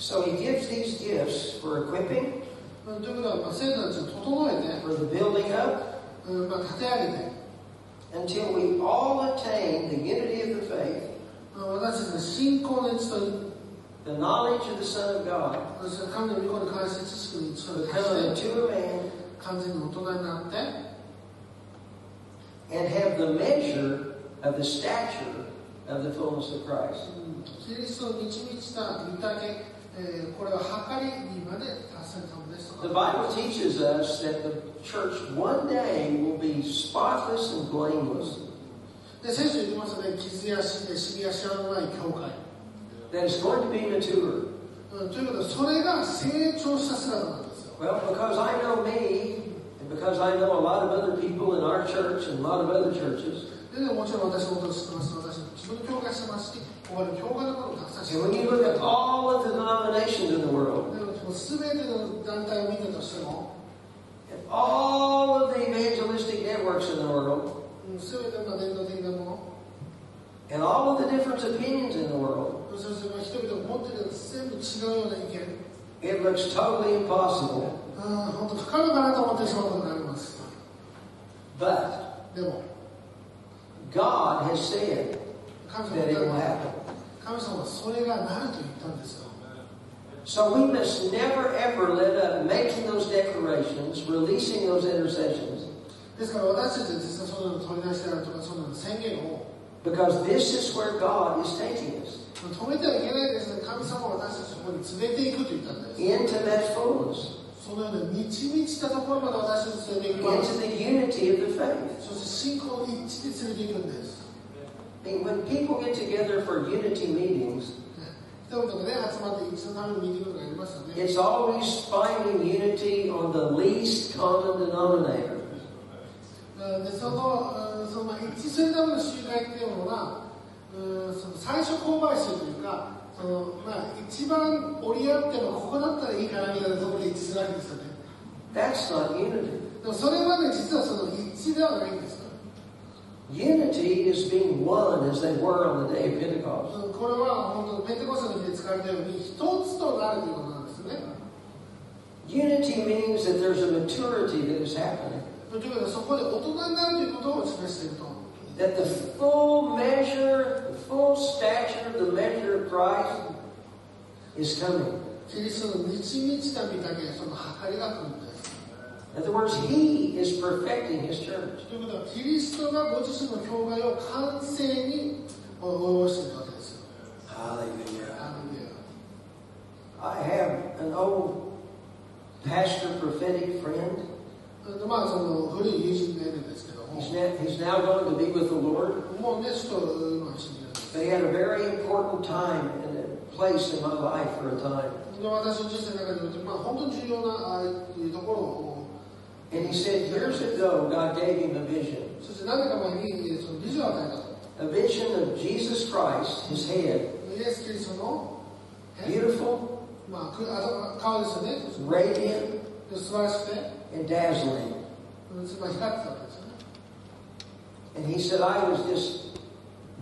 S3: So he gives these gifts for equipping,
S2: まあということは、まあ、生徒たちを整えて、
S3: for the building up,
S2: うんまあ、立て上げて、
S3: until we all attain the unity of the faith,
S2: まあ私たちの信仰の一と、
S3: the knowledge of the Son of God,
S2: 私たちの神の御子に関して知識の一とで達
S3: come
S2: して、
S3: unto a man,
S2: 完全に大人になって、
S3: and have the measure of the stature of the fullness of Christ.
S2: キリストを導いた御岳、えーこれは計りにまで達せるためですと
S3: The
S2: か。
S3: Bible teaches us that the church one day will be spotless and blameless,
S2: で、聖書言ってますよね、傷やしえーシビアシワのない教会。
S3: that it's going to be mature.
S2: うん、ということは、それが成長した姿なんですよ。
S3: Well, because I know me, and because I know a lot of other people in our church and a lot of other churches,
S2: で、でももちろん私のことを知ってます。私、自分の教会してますし、他の教会のこともたくさん知
S3: and
S2: って
S3: when
S2: ま
S3: you look
S2: す。
S3: at all of the denominations in the world,
S2: でも全ての団体を見たとしても、
S3: and all of the evangelistic networks in the world,
S2: うん全ての伝統的なも
S3: and all of the different opinions in the world,
S2: の、そして人々が持っている全部違うような意見、
S3: it looks totally impossible.
S2: うん、本当不可能かなと思ってしまうことになります。
S3: But
S2: でも、
S3: God has said
S2: 神様
S3: that it will
S2: は
S3: happen.
S2: 神様はそれがなると言ったんですよ。
S3: So we must never ever let up making those declarations, releasing those intercessions,
S2: ですから私たちは実際そういうのを取り出したりとか、そういうのの宣言を
S3: because this is where God is taking us.
S2: 止めてはいけないですね。神様は私たちをここに連れていくと言ったんです。
S3: into that fullness,
S2: そのような満ち満ちたところまで私たちを連れていきま
S3: into
S2: す。
S3: the unity of the faith.
S2: そして信仰の一致で連れていくんです。
S3: I mean, when people get together for unity meetings,
S2: 人々がね、集まって一度ために見てくるのがありましたね。
S3: it's always finding unity on the least common denominator.
S2: うんで、その、うんそのまあ一致するための集会っていうのは、うんその最初購買集というか、そのまあ、一番折り合ってもここだったらいいかなみたいなところで一致するわけですよね。
S3: That's not unity.
S2: でもそれはね、実はその一致ではないんですよ。
S3: Unity is being one as they were on the day of Pentecost.
S2: うんこれは本当ペンテコステの日で使われたように一つとなるということなんですね。
S3: Unity means that there's a maturity that is happening,
S2: ということでそこで大人になるということを示していると。
S3: that the full measure, the full stature of the measure of Christ is coming.
S2: キリストの満ち満ちた見たけその計りが来るんです。
S3: In other words, He is perfecting His church.
S2: ということはキリストがご自身の教会を完成に応用しているわけですよ。
S3: Hallelujah.
S2: あのね
S3: I have an old pastor prophetic friend.
S2: うんまあその古い友人がいるんですけども
S3: He's now, he's now going to be with the Lord,
S2: もうねちょっと今一緒にいるんです。
S3: but he had a very important time and a place in my life for a time.
S2: で私の人生の中において、まあ、本当に重要なああいうところを
S3: And he said years ago, God gave him a vision,
S2: そして何年か前にそのビジョンを与えたと。
S3: a vision of Jesus Christ, his head,
S2: イエス・キリストの、え
S3: beautiful,
S2: まあ、く頭顔ですよね。
S3: radiant,
S2: 素晴らしくて、
S3: and dazzling.
S2: うんつまり光ってたわけですよね。
S3: And he said, I was just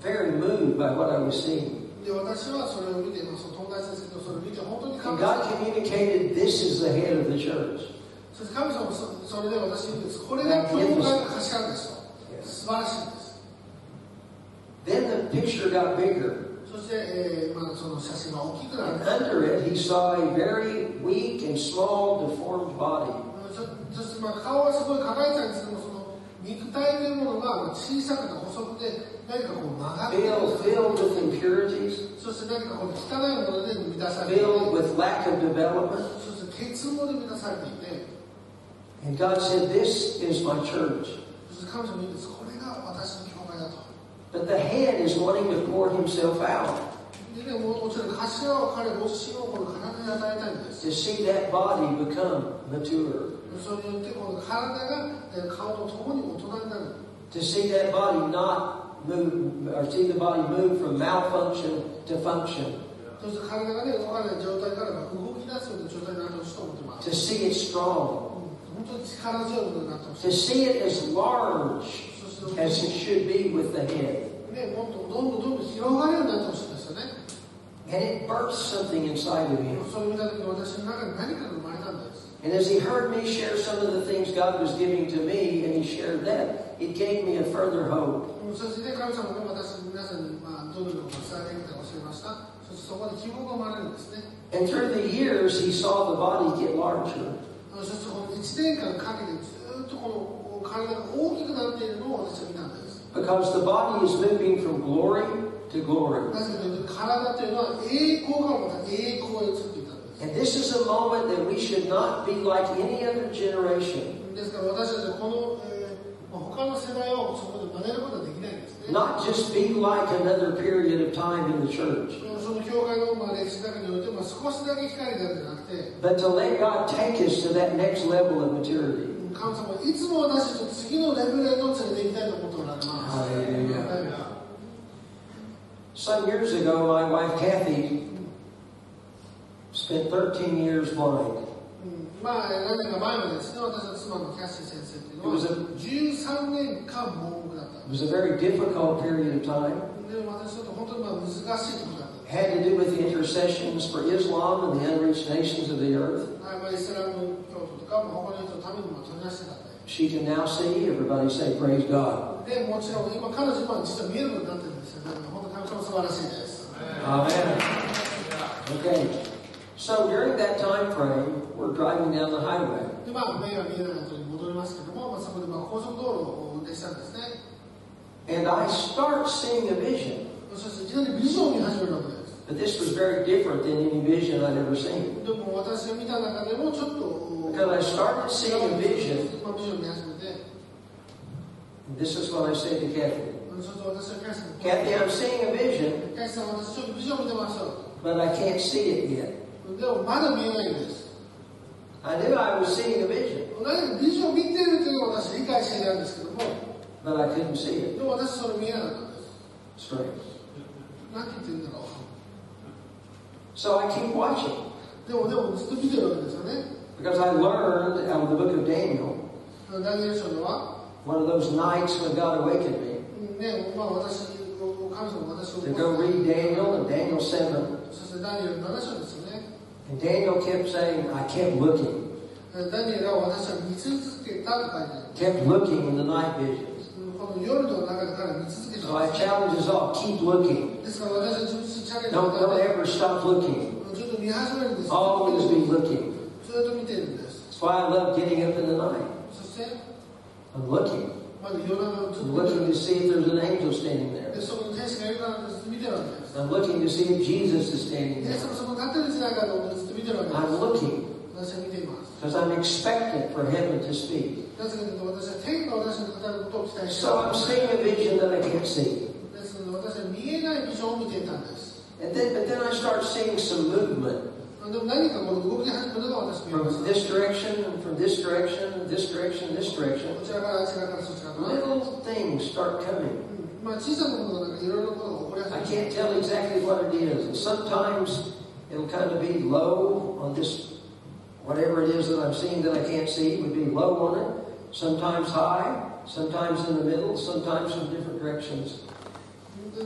S3: very moved by what I was seeing.
S2: で、私はそれを見て、まあ、その友達ですけど、それを見て本当に
S3: And
S2: 神様
S3: God communicated, this is the head of the church.
S2: そして神様もそそれで私に言うんです。これが教会の頭ですと。素晴らしいんです。
S3: Then the picture got bigger.
S2: そして、えーまあ、その写真が大きくなる
S3: And。under it, he saw a very weak and small, deformed body.
S2: うんそそして、まあ、顔はすごい輝いてたんですけども、その肉体というものがまあ小さくて細くて、何かこう曲がっている
S3: Filled, filled with impurities,
S2: そして何かこう汚いもので満たされている。
S3: filled with lack of development.
S2: そして結合で満たされていて、
S3: And God said, This is my church.
S2: そして彼女も言うんです、これが私の教会だと。
S3: But the head is wanting to pour himself out
S2: でね、ももちろん頭を彼、ご主人をこの体に与えたいんです。
S3: to see that body become mature,
S2: それによって、この体がえ顔と共に大人になる。
S3: to see that body not move, or see the body move from malfunction to function,
S2: そして体がね、動かない状態からまあ動き出すような状態になってほしいと思ってます。
S3: to see it
S2: うん
S3: strong,
S2: 本当に力強いものになってほしい。
S3: to see it as large
S2: そして、ね、
S3: as it should be with the head.
S2: もっとどんどんどんどん広がるようになってほしいんですよね。
S3: and it burst something inside of him.
S2: それを見た時私の中に何かが生まれたんです
S3: And as he heard me share some of the things God was giving to me, and he shared that, it gave me a further hope.
S2: そしてね神様が私皆さんに、まあ、どのようなことを伝えてきたか教えましたそしてそこで希望が生まれるんですね
S3: And through the years, he saw the body get larger.
S2: そしてこの1年間かけてずっとこの体が大きくなっているのを私は見たんです
S3: Because the body is moving from glory to glory.
S2: なぜかというと体というのは栄光がまた栄光へ移っていったんです
S3: And this is a moment that we should not be like any other generation.
S2: ですから私たちはこの、えーまあ、他の世代をそこで真似ることはできないんですね
S3: Not just be like another period of time in the church,
S2: その教会のまあ歴史の中において、まあ、少しだけ光になるんじゃなくて
S3: but to let God take us to that next level of maturity.
S2: 神様はいつも私たちを次のレベルへと連れて行きたいと思っておられます
S3: ハレルヤ Some years ago, my wife Kathy spent 13 years blind.
S2: うんまあ何年か前までですね私の妻のキャッシー先生っていうのは
S3: It was a-
S2: 13年間盲目だった
S3: It was a very difficult period of time.
S2: で私ちょっと本当にまあ難しいことだ
S3: It
S2: った
S3: had to do with the intercessions for Islam and the unreached nations of the earth.
S2: あまあイスラム教徒とか、まあ、他の人のためにも取り出してたんで
S3: She can now see. Everybody say, Praise God.
S2: でもちろん今彼女は実は見えるようになってるんですよだから本当に神様素晴らしいです、
S3: Amen. Okay. So during that time frame, we're driving down the highway,
S2: でまあ目が見えないことに戻りますけども、まあ、そこでまあ高速道路を運転したんですね
S3: and I start seeing a vision.
S2: そしていきなりビジョンを見始めるわけです
S3: But this was very different than any vision I'd ever seen.
S2: でも私が見た中でもちょっと
S3: Because I started seeing a vision.
S2: まあビジョン見始めて
S3: And this is what I said to Kathy.
S2: ちょっと私はキャスさんに
S3: Kathy, I'm seeing a vision,
S2: キャスさん私ちょっとビジョン見てました
S3: but I can't see it yet.
S2: でもまだ見えないんです
S3: I knew I was seeing a vision,
S2: 同じビジョンを見ているというのは私理解していたんですけども
S3: but I couldn't see it.
S2: でも私それ見えなかったんです
S3: Strange.
S2: 何て言ってるんだろ
S3: So I keep watching
S2: うでもでもずっと見てるわけですよね
S3: because I learned out of the book of Daniel,
S2: ダニエル書では、
S3: one of those nights when God awakened me,
S2: ねまあ、私神様が私を
S3: to go read Daniel and Daniel 7.
S2: そしてダニエル7章ですよね
S3: And Daniel kept saying, I kept looking,
S2: ダニエルは私は見続けたと書いてある
S3: kept looking in the night visions.
S2: この夜の中でから見続けて
S3: So I
S2: ます
S3: challenge us all, keep looking.
S2: ですから私は自分自身チャレンジを
S3: Don't,
S2: 与
S3: don't
S2: えて
S3: ever stop looking.
S2: ずっと見始めるんです
S3: Always be looking.
S2: ずっと見てるんです。
S3: That's why I love getting up in the night.
S2: そして、
S3: I'm looking.
S2: まず夜中をずっ
S3: I'm
S2: と見て
S3: looking
S2: る
S3: to see if there's an angel standing
S2: で、
S3: there.
S2: その天使がいるからずっと見てるわけです。
S3: I'm looking to see if Jesus is standing
S2: イエス
S3: there.
S2: 様その立ってる時代からずっと見てるわけで
S3: I'm looking
S2: す。私は見ています。
S3: because I'm expectant for heaven to speak.
S2: なぜかというと私は天が私に語ることを期待してい
S3: So I'm
S2: ま
S3: seeing a vision that I can't see.
S2: す。ですので私は見えないビジョンを見ていたんです。
S3: And then, but then I start seeing some movement
S2: でも何かこの動き始めるのが私見えます
S3: from。this direction, and from this direction, and this direction, and this direction.
S2: こちらからあちらからそちらから。
S3: Little things start coming.
S2: うんまあ小さなことなんかいろいろなことが起こり
S3: I
S2: やすい。
S3: can't tell exactly what it is. And sometimes it'll kind of be low on this, whatever it is that I'm seeing that I can't see would be low on it. Sometimes high, sometimes in the middle, sometimes from different directions.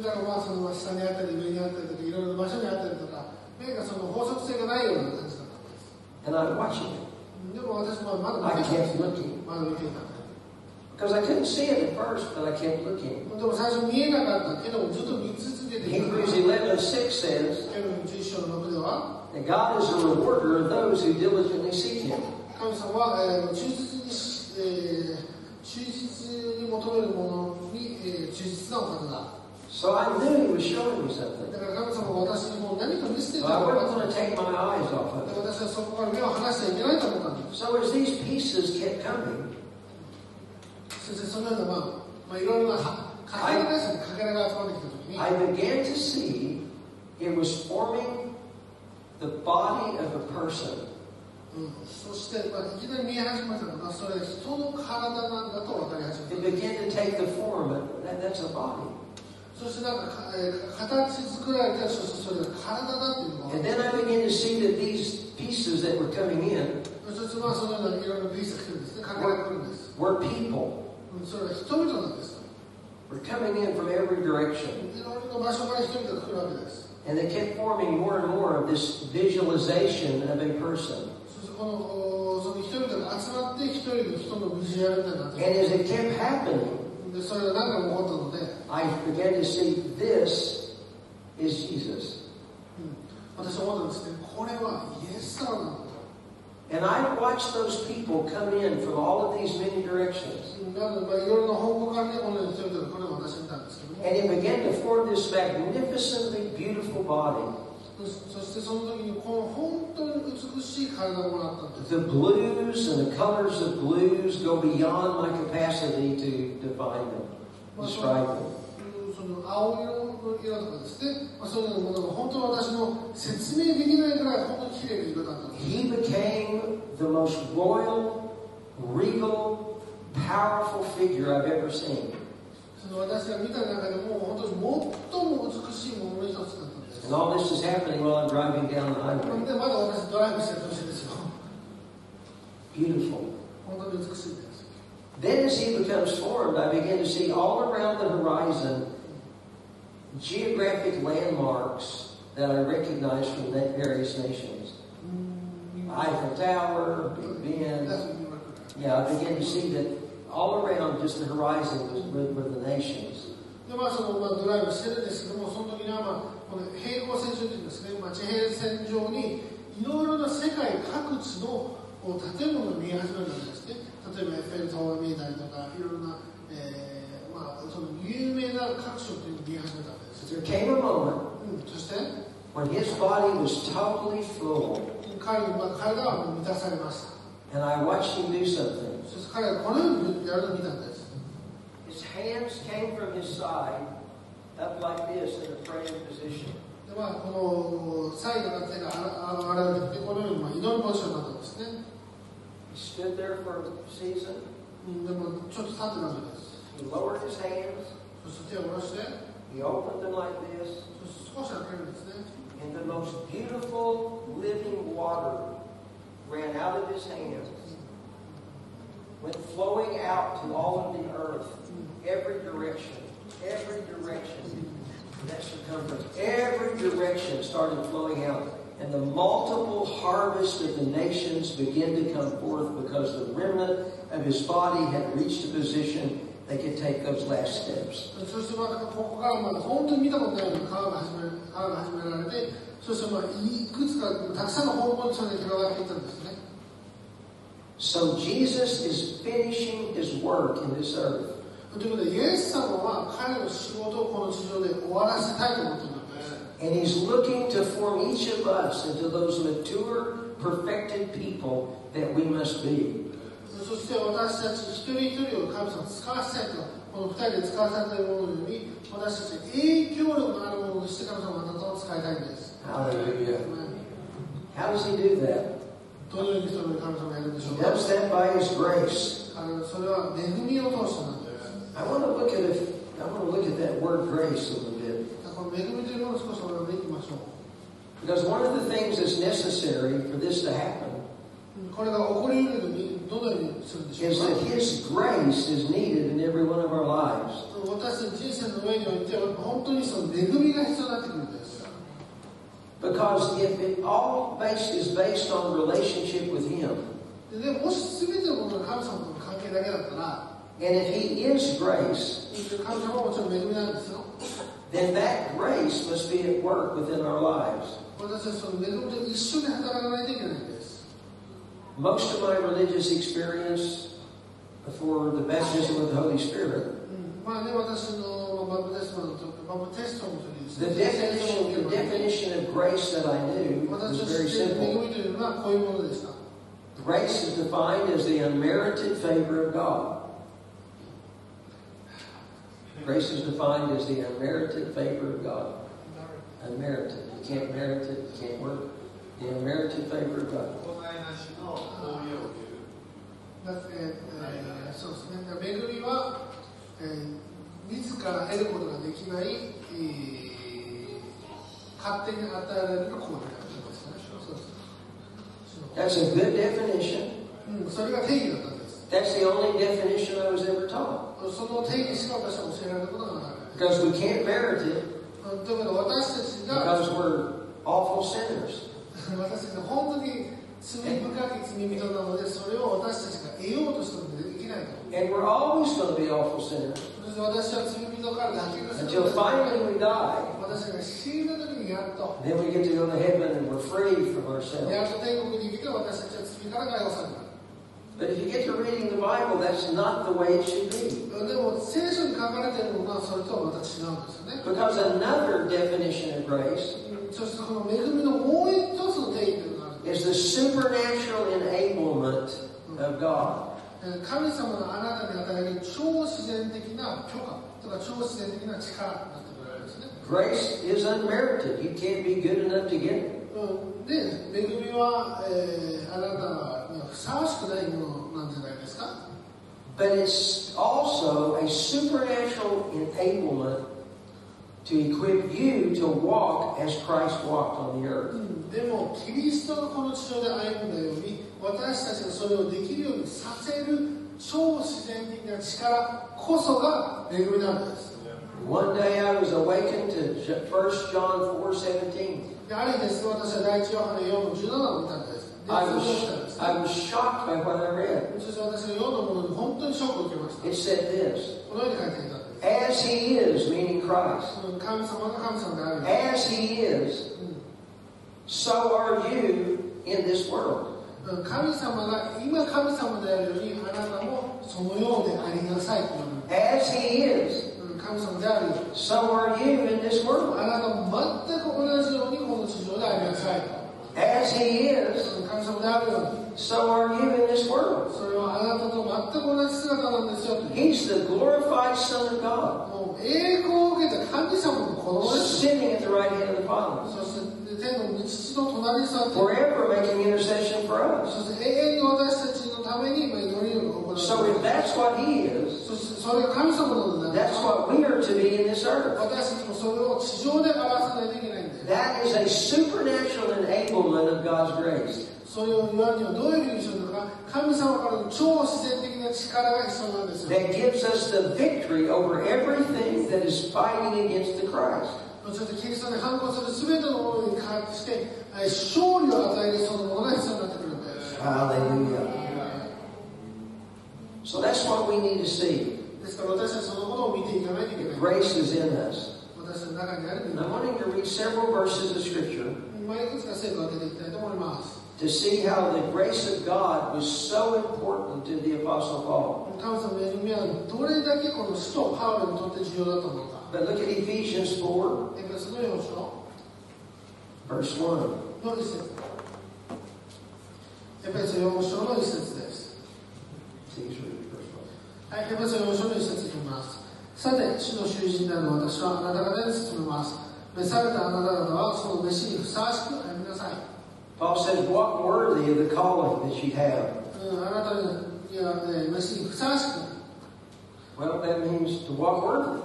S2: だからまあその下にあったり上にあったりとかいろいろな場所にあったりとか目がその法則性がないような感じだったんです
S3: And I'm watching it
S2: でも私もまだ
S3: I
S2: 見てた
S3: kept looking
S2: まだ見てた
S3: because I couldn't see it at first, but I kept looking.
S2: でも最初見えなかったけどずっと見続けていた
S3: Hebrews 11 6 says
S2: ヘブルの11章の6では
S3: that God is a rewarder of those who diligently seek Him.
S2: 神様は、えー忠実にし、えー忠実に求めるものに、えー忠実なお方だ
S3: So I knew He was showing me something.
S2: だから神様は私にもう何か見せて
S3: So
S2: た
S3: I
S2: の
S3: wasn't
S2: か
S3: going to take my eyes off of it.
S2: 私はそこから目を離してはいけないと思ったんで
S3: So as these pieces kept coming,
S2: す先生そのようなまあまあいろいろなはかけらですねかけらが集まってきた時に
S3: I began to see it was forming the body of a person.
S2: うんそして、まあ、いきなり見え始めましたのがそれは人の体なんだと分かり始め
S3: It
S2: た
S3: began to take the form of that, that's a body.
S2: そしてなんかか、えー形作られてそしてそれが体だっていうのが
S3: And then I began to see that these pieces that were coming in
S2: そしてまあそのようないろいろピースが来るんですねかけらが来るんです
S3: were people,
S2: うんそれは人々なんです
S3: were coming in from every direction.
S2: いろいろな場所から人々が来るわけです
S3: And they kept forming more and more of this visualization of a person.
S2: そしてこのおその一人が集まって一人の人のビジュアルみたいになって
S3: And as it kept happening,
S2: でそれが何回も起こったので
S3: I began to see this is Jesus.
S2: 私は思ったんですねこれはイエス様なんだ
S3: And I watched those people come in from all of these many directions.
S2: なので、まあ、いろんな方向からねこの人々がこれを私見たんですけども
S3: And it began to form this magnificently beautiful body.
S2: そしてその時にこの本当に美しい体をもらったんです
S3: The blues and the colors of blues go beyond my capacity to define them,
S2: まあそ
S3: describe
S2: の
S3: them.
S2: その青色の色とかですね、まあ、そういうのものが本当に私の説明できないくらい本当に綺麗な色だったんです
S3: He became the most royal, regal, powerful figure I've ever seen.
S2: その私が見た中でも本当に最も美しいものの一つだったんです
S3: And all this is happening while I'm driving down the
S2: な
S3: highway.
S2: のでまだ私ドライブしてる年ですよ
S3: Beautiful.
S2: 本当に美しいです、
S3: Then as he becomes formed, I begin to see all around the horizon geographic landmarks that I recognize from that various nations. Eiffel Tower, Big
S2: だ
S3: Ben,
S2: からそういうわけで
S3: Yeah, I began to see that all around just the horizon was, were, were the nations.
S2: でまあそのまあ、ドライブしてるんですけども、その時には、まあ、この平行線上というんですね、まあ、地平線上にいろいろな世界各地のこう建物が見え始めるんですね、例えばエッフェル塔が見えたりとか、いろいろな、えーまあ、その有名な各所というのが見え始めたんです
S3: But。there came a moment
S2: うん、そして、
S3: when his body was totally full,
S2: 彼,、まあ、彼らはもう満たされました。
S3: and I watched him do something.
S2: そして彼がこのようにやるのを見たんです。
S3: His hands came from his side, up like this in a praying position.
S2: でまあ、この最後の手があ現れてこのようにまあ祈るポジションになったんですね。
S3: He stood there for a season.
S2: うんでもちょっと立ってたんです。
S3: He lowered his hands.
S2: そして手を下ろして、
S3: He opened them like this
S2: そして少し開けるんですね。
S3: and the most beautiful living water ran out of his hands, went flowing out to all of the earth, every direction, every direction, that circumference, every direction started flowing out. And the multiple harvest of the nations began to come forth because the remnant of his body had reached a position they could take those last steps.
S2: そしてまたここからまあ本当に見たことないような川が始め川が始められて、そしてまあいくつかたくさんの方向にそれが広がっていったんですね。
S3: So Jesus is finishing his work in this earth.
S2: ということで、イエス様は彼の仕事をこの地上で終わらせたいと思っているんです。
S3: And he's looking to form each of us into those mature, perfected people that we must be.
S2: そして私たち一人一人を神様に使わせたいと、この二人で使わせたいものより、私たちに影響力のあるものとして神様はあなたを使いたいんです。
S3: Hallelujah.
S2: ね
S3: How does he do that?
S2: どのようにそれを神様がやるんでし
S3: He
S2: ょうか
S3: does that by his grace.
S2: あのそれは恵みを通してなんです。
S3: I want to look at if, I want to look at that word grace a little bit.
S2: この恵みというものを少し学んでいきましょう。
S3: Because one of the things that's necessary for this to happen
S2: これが起こり得るのにどのようにするんでしょ
S3: is
S2: う
S3: that his grace is needed in every one of our lives.
S2: か私たち人生の上において本当にその恵みが必要になってくるんです。
S3: Because if it all base is based on relationship with him,
S2: ででもし全てのものが神様との関係だけだったら、
S3: And if he is grace,
S2: 神様はもちろん恵みなんですよ。
S3: then that grace must be at work within our lives.
S2: 私たちその恵みと一緒に働かないといけないんです。
S3: Most of my religious experience before the baptism with the Holy Spirit,
S2: うんまあね、私のまあバブテスマの時、バブテストの時にです
S3: the
S2: ね、
S3: definition, the definition of grace that I knew was
S2: 私た
S3: very
S2: ちの恵
S3: simple.
S2: みというのはこういうものでした。
S3: Grace is defined as the unmerited favor of God. Grace is defined as the unmerited favor of God. Unmerited. You can't merit it. You can't work. The unmerited favor of God.
S4: 行いなしの褒美を受ける。
S2: だって、えーそうですね、恵みは、えー自ら得ることができない、えー勝手に与えられる行為になってますね。そうです
S3: That's a good definition.
S2: うん、それが定義だったんです。
S3: That's the only definition I was ever taught.
S2: その定義しか私は教えられることがなかった。
S3: Because we can't merit it,
S2: だけど私たちが
S3: because we're awful sinners.
S2: 私たちが本当に罪深き罪人なのでそれを私たちが得ようとしてもできないと
S3: And we're always going to be awful sinners
S2: そして私は罪人から脱却する
S3: until finally we die.
S2: 私が死んだ時にやっと
S3: And then we get to go to heaven and we're free from our
S2: や
S3: sins.
S2: っと天国に来て私たちは罪から解放された
S3: But if you get to reading the Bible, that's not the way it should be.
S2: でも聖書に書かれているものはそれとはまた違うんですよね
S3: Because another definition of grace
S2: そしてこの恵みのもう一つの定義というのがある
S3: is the supernatural enablement of God.
S2: 神様のあなたに与える超自然的な許可とか超自然的な力になってくれるんですね、
S3: Grace is unmerited. You can't be good enough to get it.
S2: うん、で恵みは、えーあなたにはふさわしくないものなんじゃないですか
S3: But it's also a supernatural enablement to equip you to walk as Christ walked on the earth.
S2: でもキリストがこの地上で歩んだように私たちがそれをできるようにさせる超自然的な力こそが恵みなんです、
S3: One day I was awakened to J- 1 John 4 17.
S2: である日ですね私は第一ヨハネ4の17を見たんですで
S3: I
S2: そうしたん
S3: was,
S2: ですね
S3: I was shocked by what I read.
S2: そして私が世のものに本当にショックを受けました
S3: It said this
S2: このように書いていたんで
S3: As
S2: す
S3: he is, meaning Christ,
S2: 神様が神様である
S3: as he is, so are you in this world.
S2: 神様が今神様であるようにあなたもそのようでありなさいという
S3: As he is,
S2: 神様であるよ
S3: so are you in this
S2: あ
S3: world.
S2: なたも全く同じようにこの地上でありなさい
S3: As he is,
S2: 神様であるように
S3: so are you in this world.
S2: それはあなたと全く同じ姿なんですよと
S3: He's the glorified Son of God,
S2: もう栄光を受けた神様の子供です
S3: sitting at the right hand of the Father,
S2: そして天の父の隣に座って
S3: forever making intercession for us.
S2: そして永遠に私たちのために今祈りを行う
S3: So if that's what he is,
S2: そしてそれが神様のなんだ
S3: that's what we are to be in this earth.
S2: 私たちもそれを地上で表さないといけないんだよ
S3: That is a supernatural enablement of God's grace.
S2: それを言わにはどういうふうにするのか神様からの超自然的な力が必要なんですよ
S3: That gives us the victory over everything that is fighting against the Christ.
S2: そしてキリストに反抗する全てのものに回復してえー勝利を与えるそのものが必要になってくるんです
S3: Hallelujah. So that's what we need to see.
S2: ですから私はそのものを見ていかないといけない
S3: Grace is in us.
S2: 私の中にあるん
S3: And
S2: だ
S3: I'm wanting to read several verses of Scripture
S2: まあいくつか成果を当てていきたいと思います
S3: to see how the grace of God was so important to the Apostle Paul.
S2: 神様の恵みはどれだけこの使徒パウロにとって重要だったのか
S3: But look at Ephesians 4,
S2: エペソの4章
S3: verse 1.
S2: の一節エペソ4章の一節ですはい、エペソ4章の一節いきます。さて、主の囚人である私はあなた方に包みます。召されたあなた方はその召しにふさわしく歩みなさい。
S3: Paul says, Walk worthy of the calling that you have.
S2: うん、あなたには、ね、召しにふさわしく、
S3: Well, that means to walk worthy.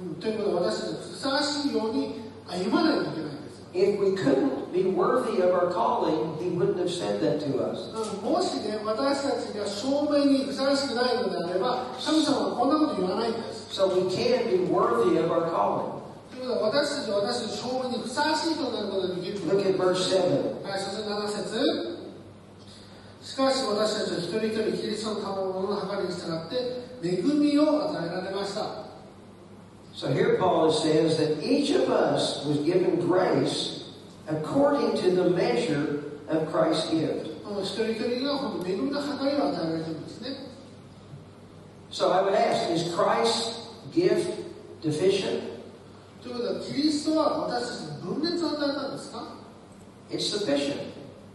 S2: うん、ということは私たちにふさわしいように歩まないといけないんですよ。
S3: If we couldn't be worthy of our calling, he wouldn't have said that to us.
S2: うんもしね、私たちが正面にふさわしくないのであれば、神様はこんなこと言わないんです。
S3: So we can be worthy of our calling.
S2: ということは私たちは私の正面にふさわしいとなることができる。
S3: Look at verse 7.
S2: はい、そして7節しかし私たちは一人一人キリストの賜物の計りに従って恵みを与えられました
S3: So here Paul says that each of us was given grace according to the measure of Christ's gift.
S2: この一人一人がこの恵みの計りを与えられてるんですね
S3: So I would ask, is Christ's gift deficient?
S2: ということはキリストは私たちに分裂を与えたんですか
S3: It's sufficient.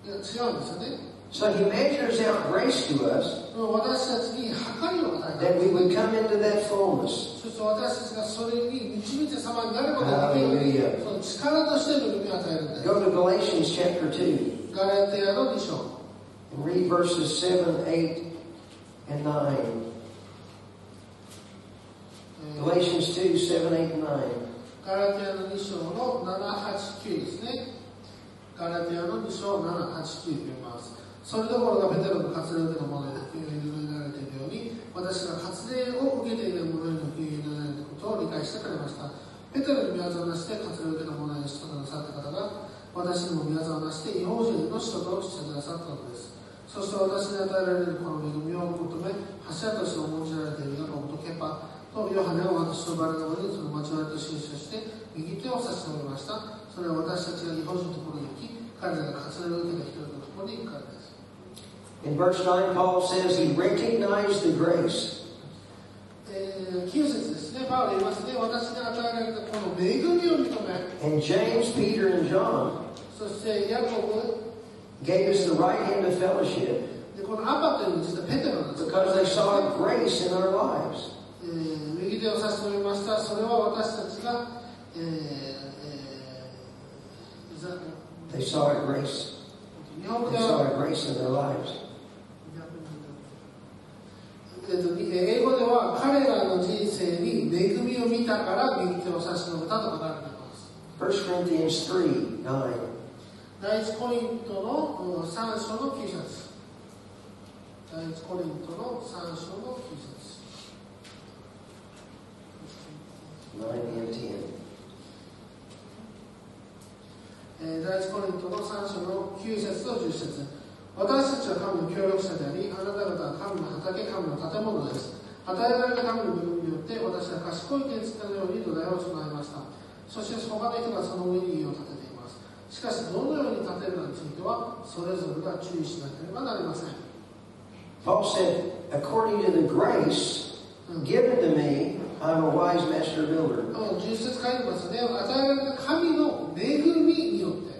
S2: いや違うんですよね
S3: So he measures out grace to us
S2: でも私たちに計りを与えた
S3: that
S2: ん
S3: we
S2: で
S3: would
S2: す
S3: come into that fullness.
S2: そして私たちがそれに導いて様になることができるようにその力として恵みを与えるんです
S3: Go to Galatians chapter 2
S2: ガラテヤの2章
S3: and read verses 7, 8, and 9.
S2: えー
S3: Galatians 2, 7, 8, and 9.
S2: ガラテヤの2章の789ですね。ガラテヤの2章789読みます。それどころかペテロの割礼を受けた者に福音を委ねられているように、私が割礼を受けている者に福音を委ねられたことを理解してくれました。ペテロに宮沢なして、宮沢なして、違法人の使徒としてくださったのです。そして私に与えられるこの恵みを求め、柱として重んじられているのの元ケパとヨハネを私のバレの上にその町割と親書して、右手を差し伸べました。それは私たちが違法人のところに行き、彼らが活動を受けた人々のところに行くからです。
S3: In verse 9, Paul says he recognized the grace.
S2: えー、9節ですね、パウロ言いますね、私に与えられたこの恵みを認め、
S3: And James, Peter, and John
S2: そしてヤコブ、
S3: gave us the right hand of fellowship
S2: でこのアパというのは実はペテロなんですよ
S3: because they saw grace in our lives.
S2: えー右手を差し伸べました、それは私たちが、えーえーざ
S3: They saw grace.
S2: 日本語
S3: They
S2: で
S3: saw
S2: は、
S3: grace in their lives.
S2: えーとえー英語では彼らの人生に恵みを見たから右手を差し伸べたと書かれています。
S3: 1 Corinthians 3 9.
S2: 第一コリントのうん三章の九節第一コリントの三章の九節
S3: 9 and 10.
S2: えー第一コリントの3章の9節と10節私たちは神の協力者であり、あなた方は神の畑、神の建物です。与えられた神の恵みによって、私は賢い建築家のように土台を備えました。そして他の人がその上に家を建てています。しかし、どのように建てるかについては、それぞれが注意しなければなりません。
S3: Paul said, according to the grace given to me, I'm a wise master builder.
S2: もう10節書いてますね。与えられた神の恵みによって。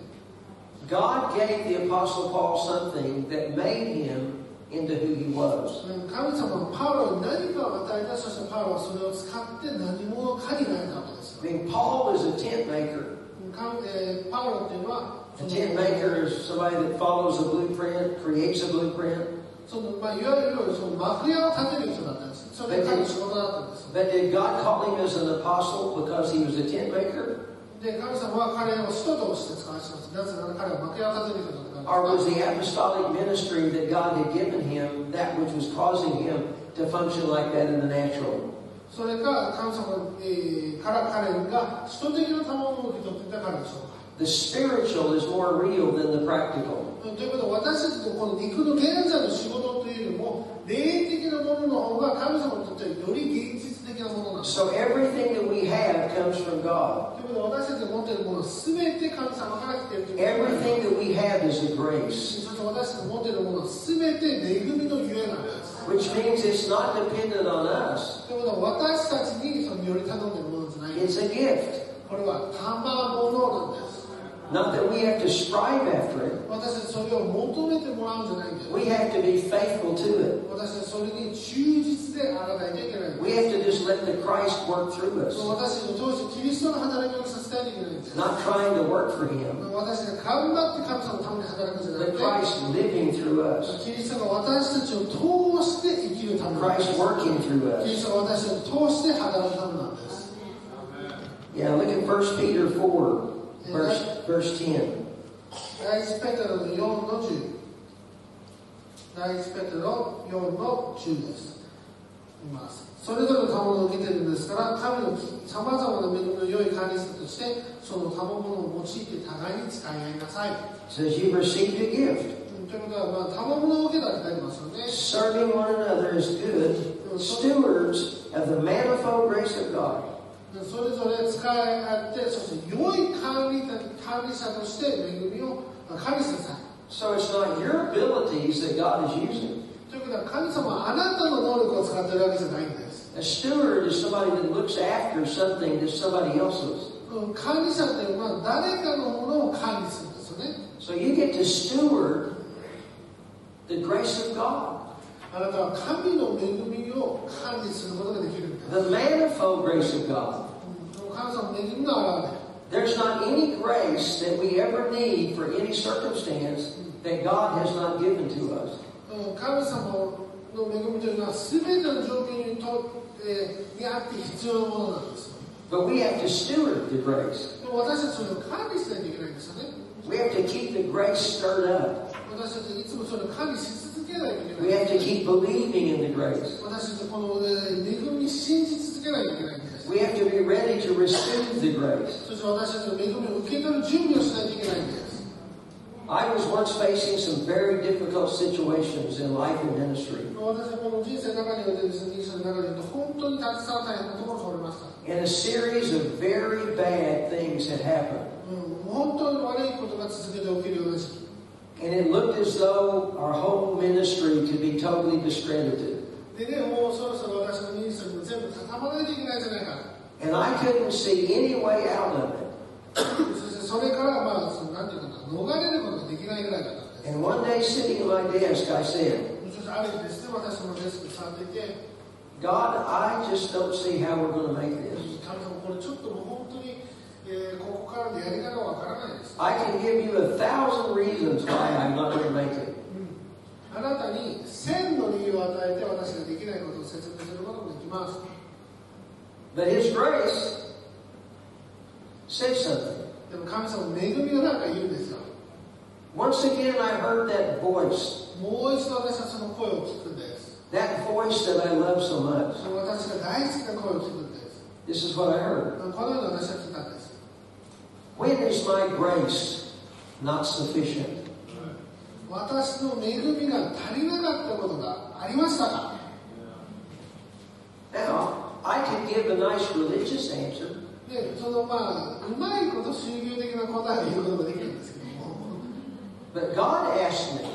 S3: God gave the apostle Paul something that made him into who he was.
S2: うん神様のパウロに何かを与えた、そしてパウロはそれを使って何者かになれたわけですよ
S3: I。mean, Paul is a tent maker.
S2: かえーパウロっていうのは、
S3: A tent maker is somebody that follows a blueprint, creates a blueprint.
S2: そのまあ、いわゆるその幕屋を建てる人だったんです。それが彼の仕事だったんです。
S3: But did God call him as an apostle because he was a tent maker?
S2: で、神様は彼を使徒として使わせたんです。なぜなら彼は幕屋を建てる人だったか
S3: Or
S2: ら
S3: was the apostolic ministry that God had given him that which was causing him to function like that in the natural?
S2: それが神様、えーから彼が使徒的な賜物を受け取っていたからでしょうか。
S3: The spiritual is more real than the practical.
S2: ということは私たちのこの肉の現在の仕事というよりも霊的なものの方が神様にとってはより現実的なものなんです。
S3: So everything that we have comes from God.
S2: ということは私たちが持っているものは全て神様から来ているということです
S3: Everything that we have is a grace,
S2: そして私たちの持っているものは全て恵みのゆえなんです。
S3: which means it's not dependent on us.
S2: ということは私たちにそのより頼んでるものじゃないんです。
S3: It's a gift.
S2: これは賜物なんです。
S3: Not that we have to strive after it.
S2: 私たちそれを求めてもらうんじゃないんだよ。
S3: We have to be faithful to it.
S2: 私たちそれに忠実であらないといけないんで
S3: We
S2: す。
S3: have to just let the Christ work through
S2: その
S3: us,
S2: 私たちを通してキリストの働きをさせたいといけないんです。
S3: not trying to work for Him,
S2: 私たちが頑張って神様のために働くんじゃ
S3: but
S2: なくて、
S3: Christ living through us,
S2: キリストが私たちを通して生きるためなんです
S3: Christ。working through
S2: キリ
S3: us.
S2: ストが私たちを通して働くためなんです。
S3: Yeah, look at 1 Peter 4, verse, verse 10.
S2: 第一ペテロの4の10第一ペテロ4の10ですいますそれぞれの賜物を受けているんですから神のさまざまな恵みの良い管理者としてその賜物を用いて互いに使い合いなさい
S3: It says, You've received a gift.
S2: ということは、まあ、賜物を受けたら書いてますよね
S3: Serving one another is good, stewards of the manifold grace of God.
S2: それぞれ使い合ってそして良い管理者管理者として恵みを管理しなさい
S3: So it's not your abilities that God is using.
S2: ということは神様はあなたの能力を使っているわけじゃないんです
S3: A steward is somebody that looks after something that's somebody else's.
S2: うん管理者っていうのは誰かのものを管理するんですよね
S3: So you get to steward the grace of God,
S2: あなたは神の恵みを管理することができるんだ
S3: the manifold grace of God.
S2: 神様の恵みが現れる
S3: There's not any grace that we ever need for any circumstance that God has not given to us.
S2: うん神様の恵みというのは全ての状況にとってにあって必要なものなんですよ
S3: But we have to steward the grace.
S2: でも私たちそれを管理しないといけないんですよね
S3: We have to keep the grace stirred up.
S2: 私たちいつもそれを管理し続けないといけ
S3: We
S2: ない
S3: have to keep believing in the grace.
S2: 私たちこのえー恵みに信じ続けないといけないんです
S3: We have to be ready to receive the grace.
S2: そして私たちの恵みを受け取る準備をしないといけないんです
S3: I was once facing some very difficult situations in life and ministry.
S2: 私はこの人生の中においてですね、人生の中において本当にたくさん大変なところがおりました。
S3: And a series of very bad things had happened.
S2: うん、本当に悪いことが続けて起きるような時期。
S3: And it looked as though our whole ministry could be totally discredited.
S2: でね、もうそろそろ私のミニストリーも全部畳まないといけないんじゃないかと。
S3: And I couldn't see any way out of it.
S2: そしてそれから、まあ、そのなんていうのか、逃れることができないぐらいだったんです。
S3: And one day, sitting at my desk, I said,
S2: そしてある日ですね、私のデスクに座っていて、
S3: God, I just don't see how we're going to make this.
S2: 神様、これちょっともう本当に、えーここからのやり方がわからないです。
S3: I can give you a thousand reasons why I'm not going to make it.
S2: あなたに千の理由を与えて私ができないことを説明することもできます。
S3: But His grace said something.
S2: でも神様、恵みがなんか言うんですよ。
S3: Once again, I heard that voice,
S2: もう一度私はその声を聞くんです。
S3: that voice that I love so much.
S2: その私が大好きな声を聞くんです。
S3: This is what I heard.
S2: このように私は聞いたんです。
S3: When is my grace not sufficient?
S2: 私の恵みが足りなかったことがありましたか
S3: Now, I could give a nice religious answer,
S2: で、そのまあ、うまいこと宗教的な答えを言うことができるんですけども、
S3: but God asked me,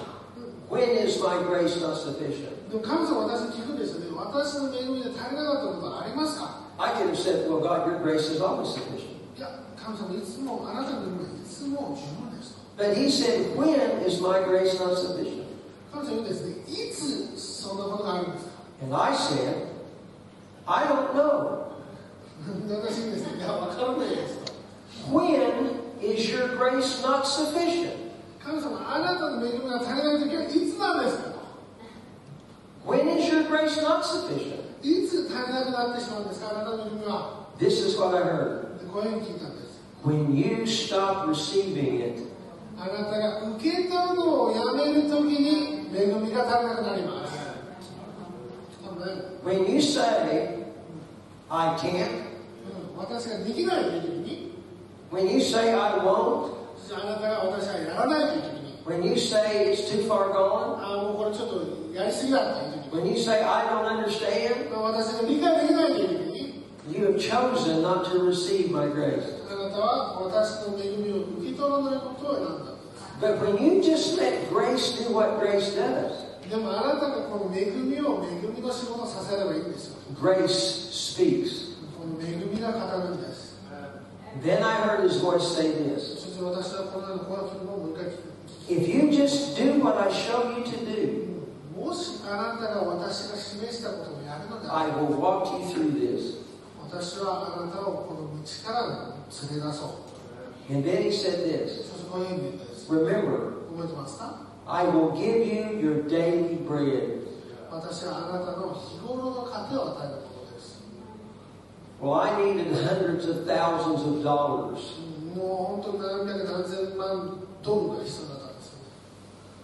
S3: when is my grace not sufficient?
S2: でも神様は私に聞くんですよね、私の恵みで足りなかったことはありますか
S3: I could have said, well, God, your grace is always sufficient.
S2: いや、神様、いつもあなたの恵みはいつも十分ですと。
S3: But he said, when is my grace not sufficient?
S2: 神様言うんですね、いつそんなことがあるんですか
S3: And I said, I don't know.
S2: で私にですね、いや、わからないですと。
S3: When is your grace not sufficient?
S2: 神様、あなたの恵みが足りない時はいつなんですか
S3: When is your grace not sufficient?
S2: いつ足りなくなってしまうんですかあなたの恵みは。
S3: This is what I heard.
S2: でこういうふうに聞いたんです。
S3: When you stop receiving it,
S2: あなたが受け取るのをやめるときに恵みが足りなくなります。多分ね
S3: when you say, I can't,
S2: うん私ができないときに、
S3: when you say, I won't,
S2: そしてあなたが私がやらないときに、
S3: when you say it's too far gone,
S2: ああ、もうこれちょっとやりすぎだというとき
S3: when you say, I don't understand,
S2: に、私が理解できないというときに、
S3: you have chosen not to receive my grace.
S2: あなたは私の恵みを受け取らないことを選んだんで
S3: But when you just let grace do what grace does,
S2: す。でもあなたがこの恵みを恵みの仕事をさせればいいんですよ。
S3: grace speaks.
S2: この恵みが語るんです。
S3: Then I heard his voice say this
S2: そして私はこのような声を聞くのをもう一回聞く。
S3: If you just do what I show you to do,
S2: もしあなたが私が示したことをやるのであ
S3: I
S2: れば、
S3: will walk you through this.
S2: 私はあなたをこの道から連れ出そう。
S3: And then he said this
S2: そしてこういうふうに言うんです。
S3: Remember,
S2: 覚えてますか
S3: I will give you your daily bread.
S2: 私はあなたの日頃の糧を与えることです。
S3: Well, I needed hundreds of thousands of dollars,
S2: もう本当に何百何千万ドルが必要だったんですよ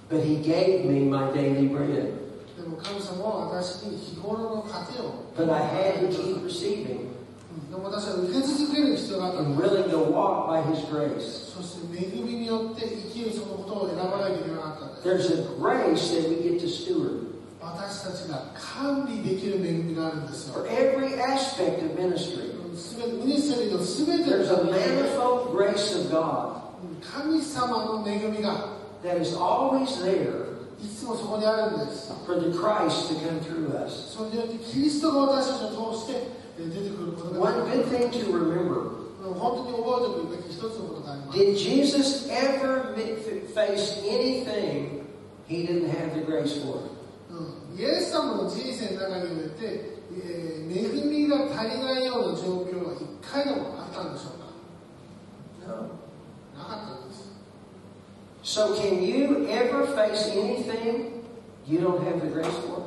S3: but he gave me my daily bread.
S2: でも神様は私に日頃の糧を
S3: But I had to keep receiving
S2: うんでも私は受け続ける必要があったん
S3: and
S2: です。
S3: willing to walk by his grace.
S2: そして恵みによって生きるそのことを選ばなきゃいけなかったんです。
S3: There's a grace that we get to steward
S2: 私たちが管理できる恵みがあるんですよ。
S3: for every aspect of ministry.
S2: すべてミニストリーのすべて
S3: There's a
S2: の恵み
S3: manifold grace of God
S2: 神様の恵みが
S3: that is always there
S2: いつもそこにあるんです
S3: for the Christ to come through us.
S2: それによってキリストが私たちを通してえー出てくることが
S3: One good thing to remember
S2: 本当に覚えておくべき一つのことがあります
S3: did Jesus ever mi- f- face anything he didn't have the grace for?
S2: うんイエス様の人生の中において、えー恵みが足りないような状況は一回でもあったんでしょう
S3: No.
S2: かなかったんです
S3: So, can you ever face anything you don't have the grace for?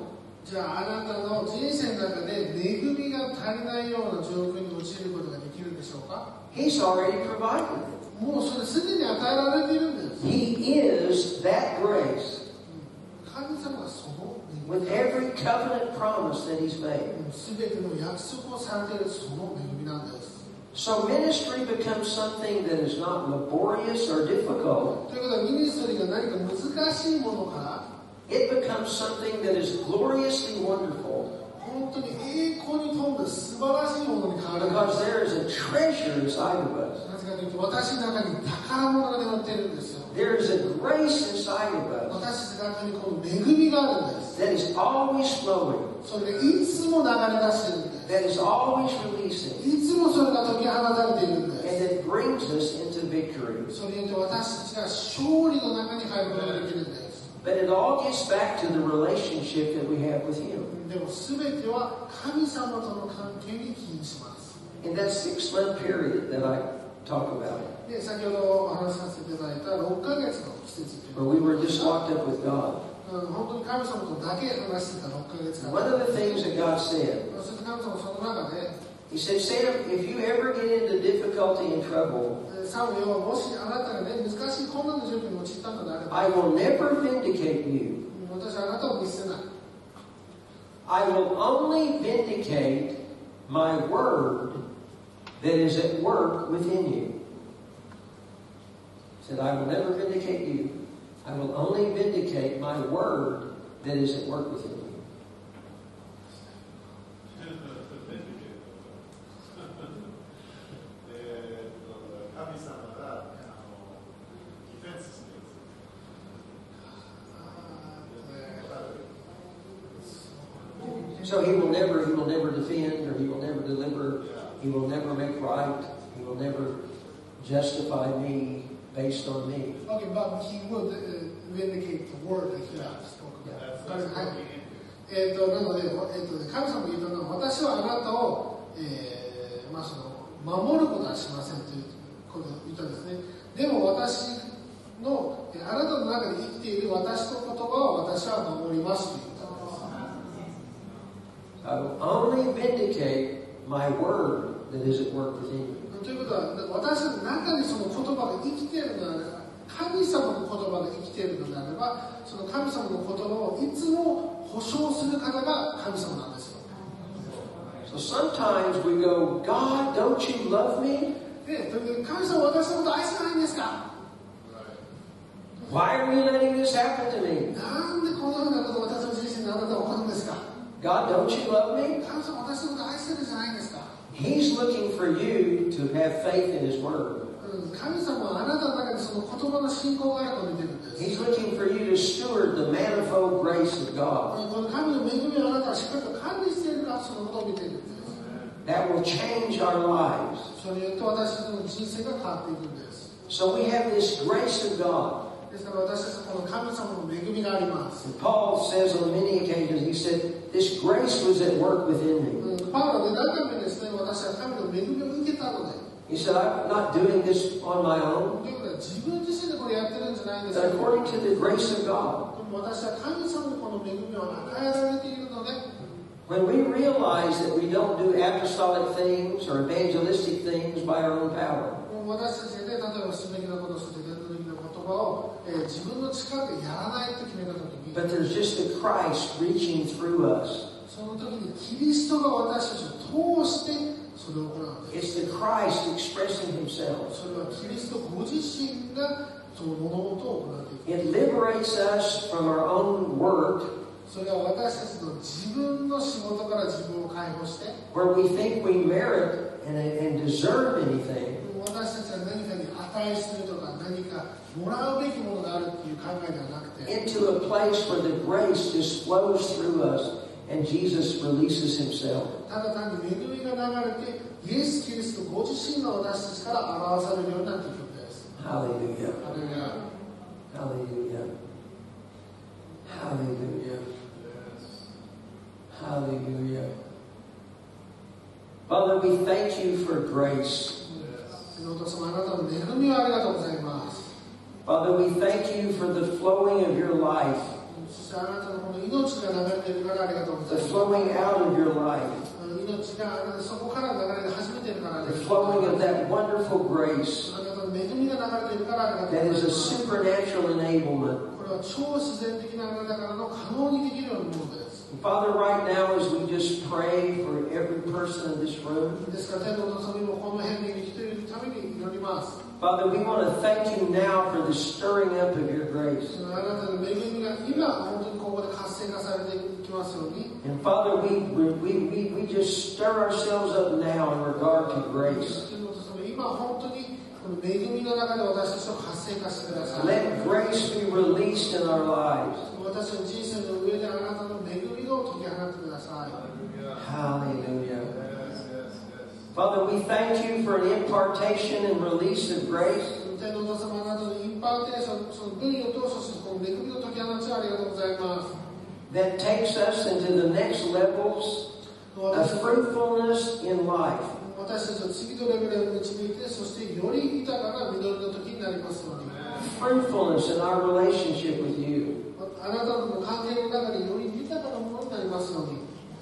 S2: じゃああなたの人生の中で恵みが足りないような状況に陥ることができるでしょうか
S3: He's already provided it.
S2: もうそれすでに与えられているんです
S3: He is that grace
S2: 神様はその恵み
S3: with every covenant promise that he's made.
S2: すべての約束をされているその恵みなんです
S3: So ministry becomes something that is not laborious or difficult.
S2: ということはミニストリーが何か難しいものから
S3: It becomes something that is gloriously wonderful
S2: 本当に栄光に富んだ素晴らしいものに変わる
S3: because there is a treasure inside of us.
S2: なぜかというと私の中に宝物が眠っているんですよ
S3: There is a grace inside of us
S2: 私の中にこの恵みがあるんです
S3: that is always flowing,
S2: それがいつも流れ出してるんで
S3: that is always releasing,
S2: いつもそれが解き放たれているん
S3: and
S2: で
S3: that brings us into victory.
S2: すそれによって私たちが勝利の中に入ることができるんです
S3: But it all gets back to the relationship that we have with Him.
S2: でも全ては神様との関係に起因します
S3: In that six month period that I talk about,
S2: で先ほどお話しさせていただいた6ヶ月の季節っていう
S3: where
S2: の
S3: we were just locked up with God,
S2: はうん本当に神様とだけ話してた6ヶ月間
S3: one of the things that God said,
S2: そして神様その中で、
S3: He said, Sam, if you ever get into difficulty and trouble,
S2: えーサムエルはもしあなたがね、難しい困難の状況に陥ったのであれば、
S3: I will never vindicate you.
S2: 私はあなたを見捨てない。
S3: I will only vindicate my word that is at work within you. He said, I will never vindicate you. I will only vindicate my word that is at work within you. So he will never, he will never defend, or he will never deliver, he will never make right, he will never justify me based on me.
S2: Okay, but he would uh, vindicate the word that he has spoken. はいえっとなので、えっとね、神様が言ったのは、私はあなたを、えーまあ、その守ることはしませんということを言ったんですね。でも私の、えーあなたの中で生きている私の言葉を私は守りますと言ったんです。
S3: I will only vindicate my word that is at work within you.
S2: ということは私の中にその言葉が生きているのであれば神様の言葉が生きているのであればその神様の言葉をいつも保証する方が神様なんですよ
S3: So sometimes we go, God, don't you love me?
S2: でという神様私のこと愛してないんですか
S3: Why are you letting this happen to me?
S2: なんでこのようなことを私の人生にあなたは起こるんですか
S3: God, don't you love me?
S2: 神様私のこと愛してるじゃないんですか、
S3: He's looking for you to have faith in His Word.
S2: うん、神様はあなたの中にその言葉の信仰があると見てるんです
S3: He's looking for you to steward the manifold grace of
S2: こ
S3: God
S2: の神の恵みをあなたはしっかりと管理しているからそのことを見てるんです
S3: that will change our lives.
S2: それによって私たちの人生が変わっていくんです
S3: So we have this grace of God.
S2: ですから私たちはこの神様の恵みがあります。
S3: And Paul says on many occasions, he said, This grace was at work within me.
S2: うんパウロはね、何回もですね、私は神の恵みを受けたので、
S3: He said, I'm not doing this on my own,
S2: ということは自分自身でこれやってるんじゃないんです
S3: but
S2: よ。でも
S3: according to the grace of God.
S2: 私は神様のこの恵みを与えられているので、
S3: When we realize that we don't do apostolic things or evangelistic things by our own power,
S2: もう私たちで、ね、例えば素敵なことをして、伝統的な言葉を、えー自分の力でやらないと決めたときに、
S3: but there's just the Christ reaching through us.
S2: その時にキリストが私たちを通してそれを行うんです。
S3: It's the Christ expressing himself.
S2: それはキリストご自身がその物事を行っていく。
S3: It liberates us from our own work
S2: それは私たちの自分の仕事から自分を解放して
S3: where we think we merit and, and deserve anything
S2: 私たちが何かに値するとか何かもらうべきものがあるっていう考えではなくて
S3: into a place where the grace just flows through us and Jesus releases himself.
S2: ただ単に恵みが流れてイエス・キリストご自身が私たちから表されるようになっていくんです
S3: Hallelujah.
S2: あれが
S3: Hallelujah. Hallelujah. Hallelujah. Father, we thank you for grace.
S2: お父様あなたの恵みをありがとうございます
S3: Father, we thank you for the flowing of your life,
S2: そしてあなたのこの命が流れているからありがとうご
S3: the
S2: ざいます
S3: flowing out of your life,
S2: あの命があなたそこから流れ始めているからありが
S3: the
S2: とうご
S3: flowing
S2: ざい
S3: of
S2: ます
S3: that wonderful grace
S2: あなたの恵みが流れているからありがとうござ
S3: that
S2: いま
S3: is a
S2: す
S3: supernatural enablement.
S2: これは超自然的なあなたからの可能にできるようなものです。
S3: And Father, right now, as we just pray for every person in this room,
S2: ですから天のお父様にもこの辺に生きているために祈ります
S3: Father, we want to thank you now for the stirring up of your grace.
S2: そのあなたの恵みが今本当にここで活性化されていきますように
S3: And Father, we, we, we, we just stir ourselves up now in regard to grace.
S2: 天のお父様今本当にこの恵みの中で私たちを活性化してください
S3: Let grace be released in our lives.
S2: 私の人生の上であなたの恵みを解き放ってください
S3: Hallelujah.
S4: Yes, yes, yes.
S3: Father, we thank you for an impartation and release of grace.
S2: 天皇様などのインパーテーション、その分野を通して、この恵みを解き放ちありがとうございます。
S3: that takes us into the next levels of
S2: 私
S3: fruitfulness in life.
S2: 私たちを次のレベルに導いて、そしてより豊かな実りの時になりますので、
S3: Fruitfulness in our relationship with you.
S2: あなたとの関係の中でより豊かなものになりますので、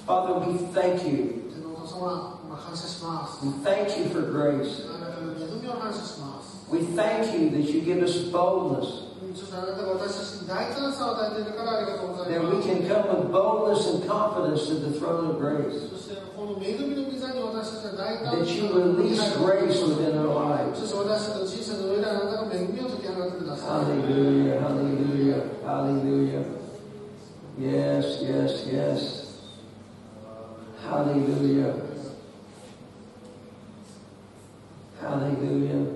S3: Father, we thank you.
S2: 天皇様、今感謝します。
S3: We thank you for grace.
S2: あなたの恵みを感謝します。
S3: We thank you that you give us boldness,
S2: そしてあなたが私たちに大感謝を与えているからありがとうござい
S3: that we
S2: ます。
S3: can come with boldness and confidence to the throne of grace,
S2: そしてこの恵みの御座に私たちは大感謝
S3: that you release grace within our lives.
S2: そして私たちの人生の上であなたの恵みを解き放ってください。
S3: Hallelujah, hallelujah, hallelujah. Yes, yes, yes. Hallelujah. Hallelujah.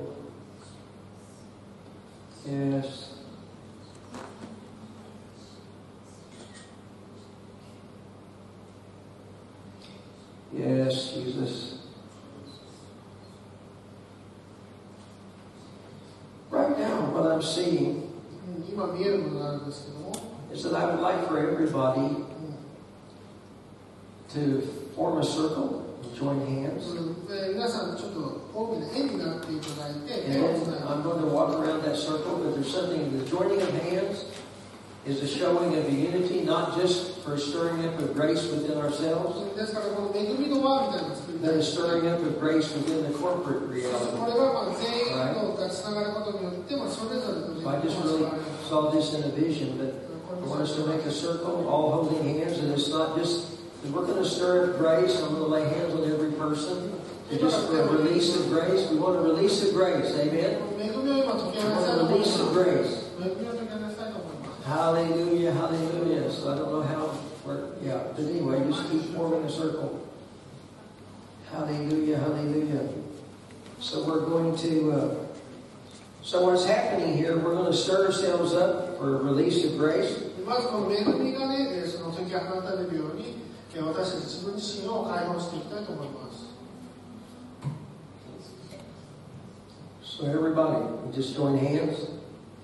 S3: Yes. Yes, Jesus. Right now, what I'm seeing
S2: うん今見えるものがあるんですけども、
S3: is that I would like for everybody to form a circle, and join hands,
S2: うんえー皆さんちょっと大きな円になっていただいて、
S3: and
S2: 手をつ
S3: then
S2: な
S3: I'm going to walk around that circle. But there's something the joining of hands is a showing of unity, not just for stirring up of grace within ourselves,
S2: いでですからこの恵みの輪みたいなのを作り
S3: but
S2: たい
S3: a
S2: です。これ
S3: stirring up of grace within the corporate reality.
S2: はまあ全員のがつながることによって、まあ、それぞれの
S3: So I just really
S2: がある。
S3: saw this in a vision, but I want us to make a circle, all holding hands, and it's not just, if we're going to stir up grace, I'm going to lay hands on every person. It's Just for a release of grace, we want a release of grace, amen?
S2: この恵みを
S3: We
S2: 今解き放
S3: want
S2: したい
S3: a
S2: と思
S3: release of grace.
S2: います恵みを解き放
S3: Hallelujah, hallelujah.
S2: したいと思います。
S3: So I don't know how, where, yeah, but anyway, just keep forming a circle. Hallelujah, hallelujah. So we're going to, uh, so what's happening here, we're going to stir ourselves up for a release of grace.
S2: まずこの恵みがね、えーその解き放たれるように、えー私たち自分自身を解放していきたいと思います。
S3: So everybody, just join hands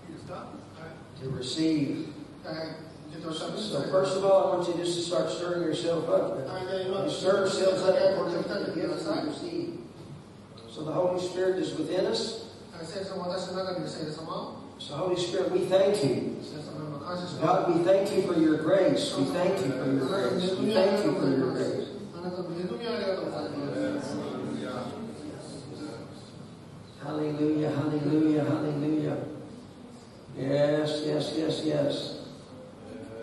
S4: You stop? All right.
S3: to receive.
S2: はい、受け取ったんですね
S3: So first of all, I want you just to start stirring yourself up.
S2: はいじゃあ今
S3: You
S2: の
S3: stir
S2: 聖書
S3: yourselves
S2: を
S3: up
S2: 解
S3: and
S2: 放
S3: we're
S2: していきたい
S3: going to
S2: と思い
S3: give
S2: ま
S3: us to
S2: すはい
S3: receive. So the Holy Spirit is within us.
S2: 聖書は私の中にいる聖霊様、
S3: So Holy Spirit, we thank you.
S2: 聖霊様の感謝します。
S3: God, we thank you for your grace. We thank you for your grace. We thank you for your grace.
S2: あなたの恵みをありがとうございます。
S3: Hallelujah, hallelujah, hallelujah. Yes, yes, yes, yes.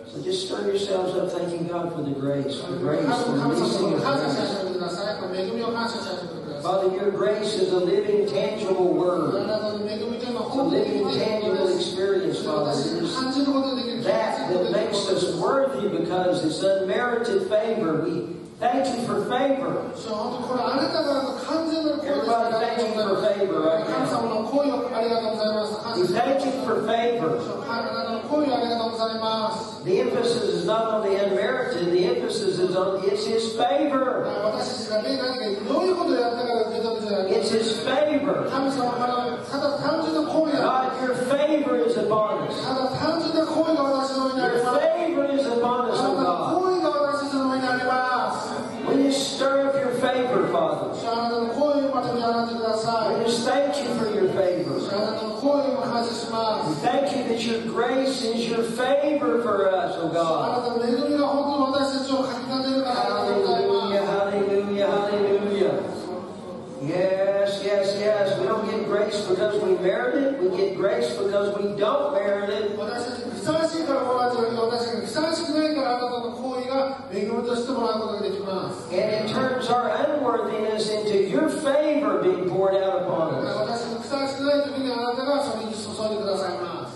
S3: So just stir yourselves up thanking God for the grace, the
S2: 神
S3: grace, the
S2: 様
S3: releasing
S2: の
S3: of
S2: 感謝
S3: grace.
S2: させてください。この恵みを感謝させてください。
S3: Father, your grace is a living, tangible
S2: あ
S3: word.
S2: なたの恵みというのは
S3: It's a
S2: 本当に
S3: living,
S2: 本当
S3: tangible
S2: です。
S3: experience,
S2: それは
S3: Father.
S2: 私
S3: It
S2: に
S3: is
S2: 感じることができる。
S3: that that makes us worthy because it's unmerited favor. We thank you for favor.
S2: そう本当にこれあなたが完全なる声です
S3: Everybody, thank you for favor right
S2: 神
S3: now.
S2: 様の声をありがとうございます。感
S3: We thank you
S2: 謝します
S3: for favor.
S2: あなたの声をありがとうございます。
S3: The emphasis is not on the unmerited, the emphasis is on it's His favor.
S2: 私たちがね、何かどういうことをやったから受け取るじゃない
S3: It's His favor.
S2: 神様からのただ単純な声が、
S3: God, your favor is upon us.
S2: ただ単純な声が私の上にあ
S3: Your
S2: ります。
S3: favor is upon
S2: あ
S3: us,
S2: なた
S3: O God.
S2: の声が私の上にあります。
S3: We just stir up your favor, Father.
S2: あなたの声をまた見習ってくださ
S3: We
S2: い。
S3: just thank you for your
S2: あ
S3: favor.
S2: なたの声を感謝しま
S3: We
S2: す。
S3: thank you that your grace is your favor for us, O
S2: あ
S3: God.
S2: なたの恵みが本当に私たちをかき立てるからありがとうございます。
S3: Hallelujah, hallelujah, hallelujah. Yes, yes, yes. We don't get grace because we merit it. We get grace because we don't merit it.
S2: 私たちにふさわしいからこの味がある私たちにふさわしくないからあなたの行為が分としてもらうことができます。
S5: And it turns our unworthiness into your favor being poured out
S2: だ
S5: upon
S2: から
S5: us.
S2: 私がふさわしくない時にあなたがそれに注いでくださいます。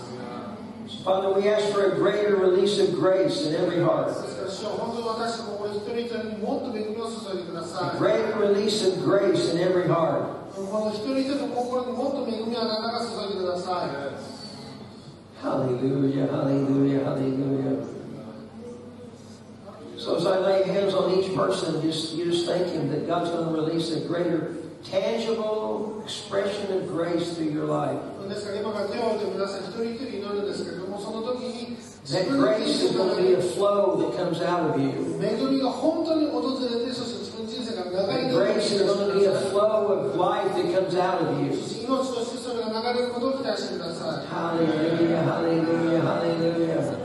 S5: So, Father, we ask for a greater release of grace in every heart,
S2: ですから、主よ本当に私たちここ一人一人にもっと恵みを注いでくだ
S5: a
S2: さい。
S5: greater release of grace in every heart.
S2: この一人一人の心にもっと恵みをあなたが注いでください。
S5: Hallelujah, hallelujah, hallelujah. So as I lay hands on each person, just you just thank him that God's going to release a greater tangible expression of grace through your life.
S2: ですから今から手を置いて皆さん一人一人祈るんですけれどもその時に
S5: That
S2: の
S5: grace is
S2: 人
S5: going to be a
S2: 生
S5: flow that comes out of you.
S2: が恵みが本当に訪れてそして自分の人生が
S5: That
S2: 流れて
S5: grace
S2: い
S5: is
S2: る
S5: going to be a flow of life that comes out of you.
S2: 命としてそれが流れることを期待してください
S5: Hallelujah, hallelujah, hallelujah.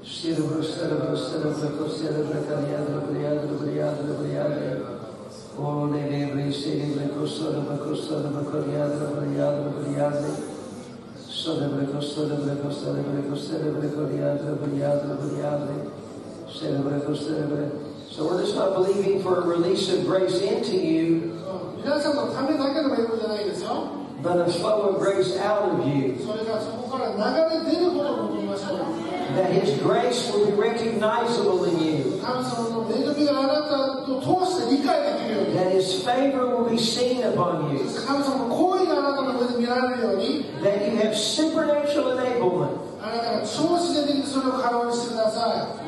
S5: Shirbu, shirbu, shirbu, shirbu, kaliyadru, kaliyadru, kaliyadru, kaliyadru. Oh, lady, we shirbu, shirbu, shirbu, kaliyadru, kaliyadru, kaliyadru. Shirbu, shirbu, shirbu, shirbu, kaliyadru, kaliyadru, kaliyadru. Shirbu, shirbu. So we're just not believing for a release of grace into you,
S2: 皆さんのためだけの恵みじゃないですよ
S5: but a flow of grace out of you.
S2: それがそこから流れ出ることを望みましょう
S5: That His grace will be recognizable in you.
S2: 神様の恵みがあなたを通して理解できるように
S5: that his favor will be seen
S2: そ
S5: upon you,
S2: して神様の行為があなたの目で見られるように
S5: that you have supernatural enablement.
S2: あなたが調子でできてそれを可能にしてください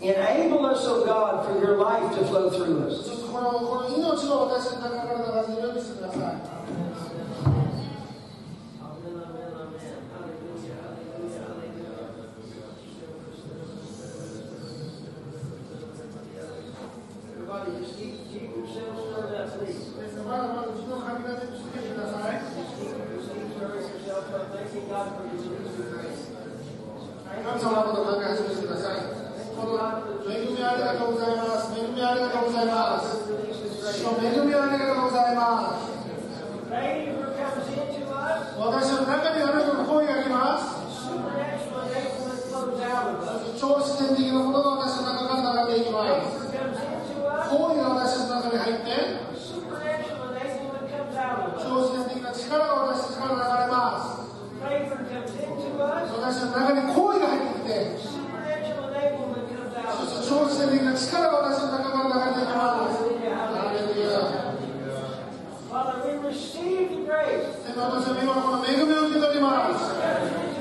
S5: Enable us, O God, for your life to flow through
S2: ち
S5: us.
S2: ょっとこのこの命を私の中から流れるようにしてください。
S5: Everybody, just keep, keep yourselves stirred up, please.
S2: ですからまだまだ自分の髪型に続けてください。
S5: Keep, keep stirring yourself up. Thanking God for your release of grace.
S2: 神様のことを考え始めてください。この恵みありがとうございます。恵みありがとうございます。主の恵みありがとうございます。
S5: Favor comes into us.
S2: 私の中にあなたの声が来ます。
S5: Supernatural enablement flows out of us.
S2: 超自然的なことが私の中から流れていきます。
S5: Favor comes into us.
S2: 行為が私の中に入って、
S5: Supernatural enablement comes out of us.
S2: 超自然的な力が私の力から流れます。
S5: Favor comes into us.
S2: 私の中に行為が入ってきて、
S5: Supernatural enablement comes out of us.
S2: 超自然的な力が私の中から流れていきます。ハレルヤ
S5: Father, we receive the grace
S2: 私は今この恵みを受け取ります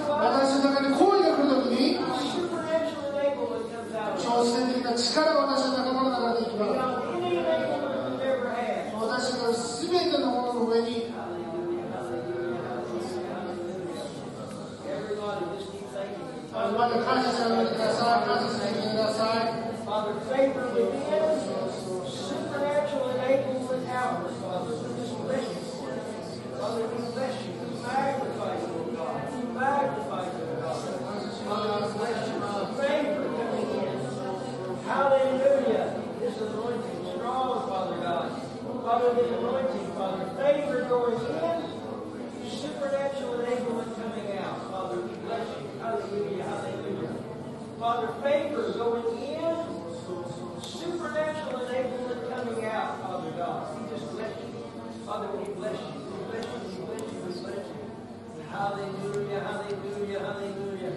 S2: 私の中に行為が来るときに
S5: supernatural enablement comes out of us.
S2: 挑戦的な力が私の中から流れていきま
S5: Beyond any enablement we've ever had.
S2: す私が全てのものの上に
S5: Everybody, just keep thanking
S2: まだ感謝してあげてください感謝してあげてください
S5: you. Father, favor within, supernatural enablement out of us. Father, we just bless you. Father, we bless you. We magnify you, O God. We magnify you, O God. Father, bless you. Favor coming in. Hallelujah. This anointing is strong, Father God. Father, the anointing, Father, favor going in, supernatural enablement coming out. Father, we bless you. Hallelujah, hallelujah. Father, favor going in, supernatural enablement coming out, Father God. We just bless you. Father, we bless you. We bless you. We bless you. We bless you. Hallelujah, hallelujah, hallelujah.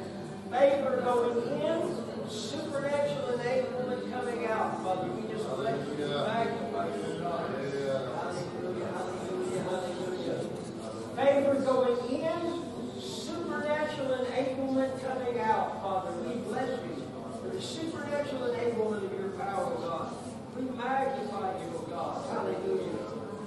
S5: Favor going in, supernatural enablement coming out, Father. We just bless you. Magnify you, God. Hallelujah, hallelujah, hallelujah. Favor going in, supernatural enablement coming out, Father. We bless you for the supernatural enablement of your power, God. We magnify you, O God. Hallelujah.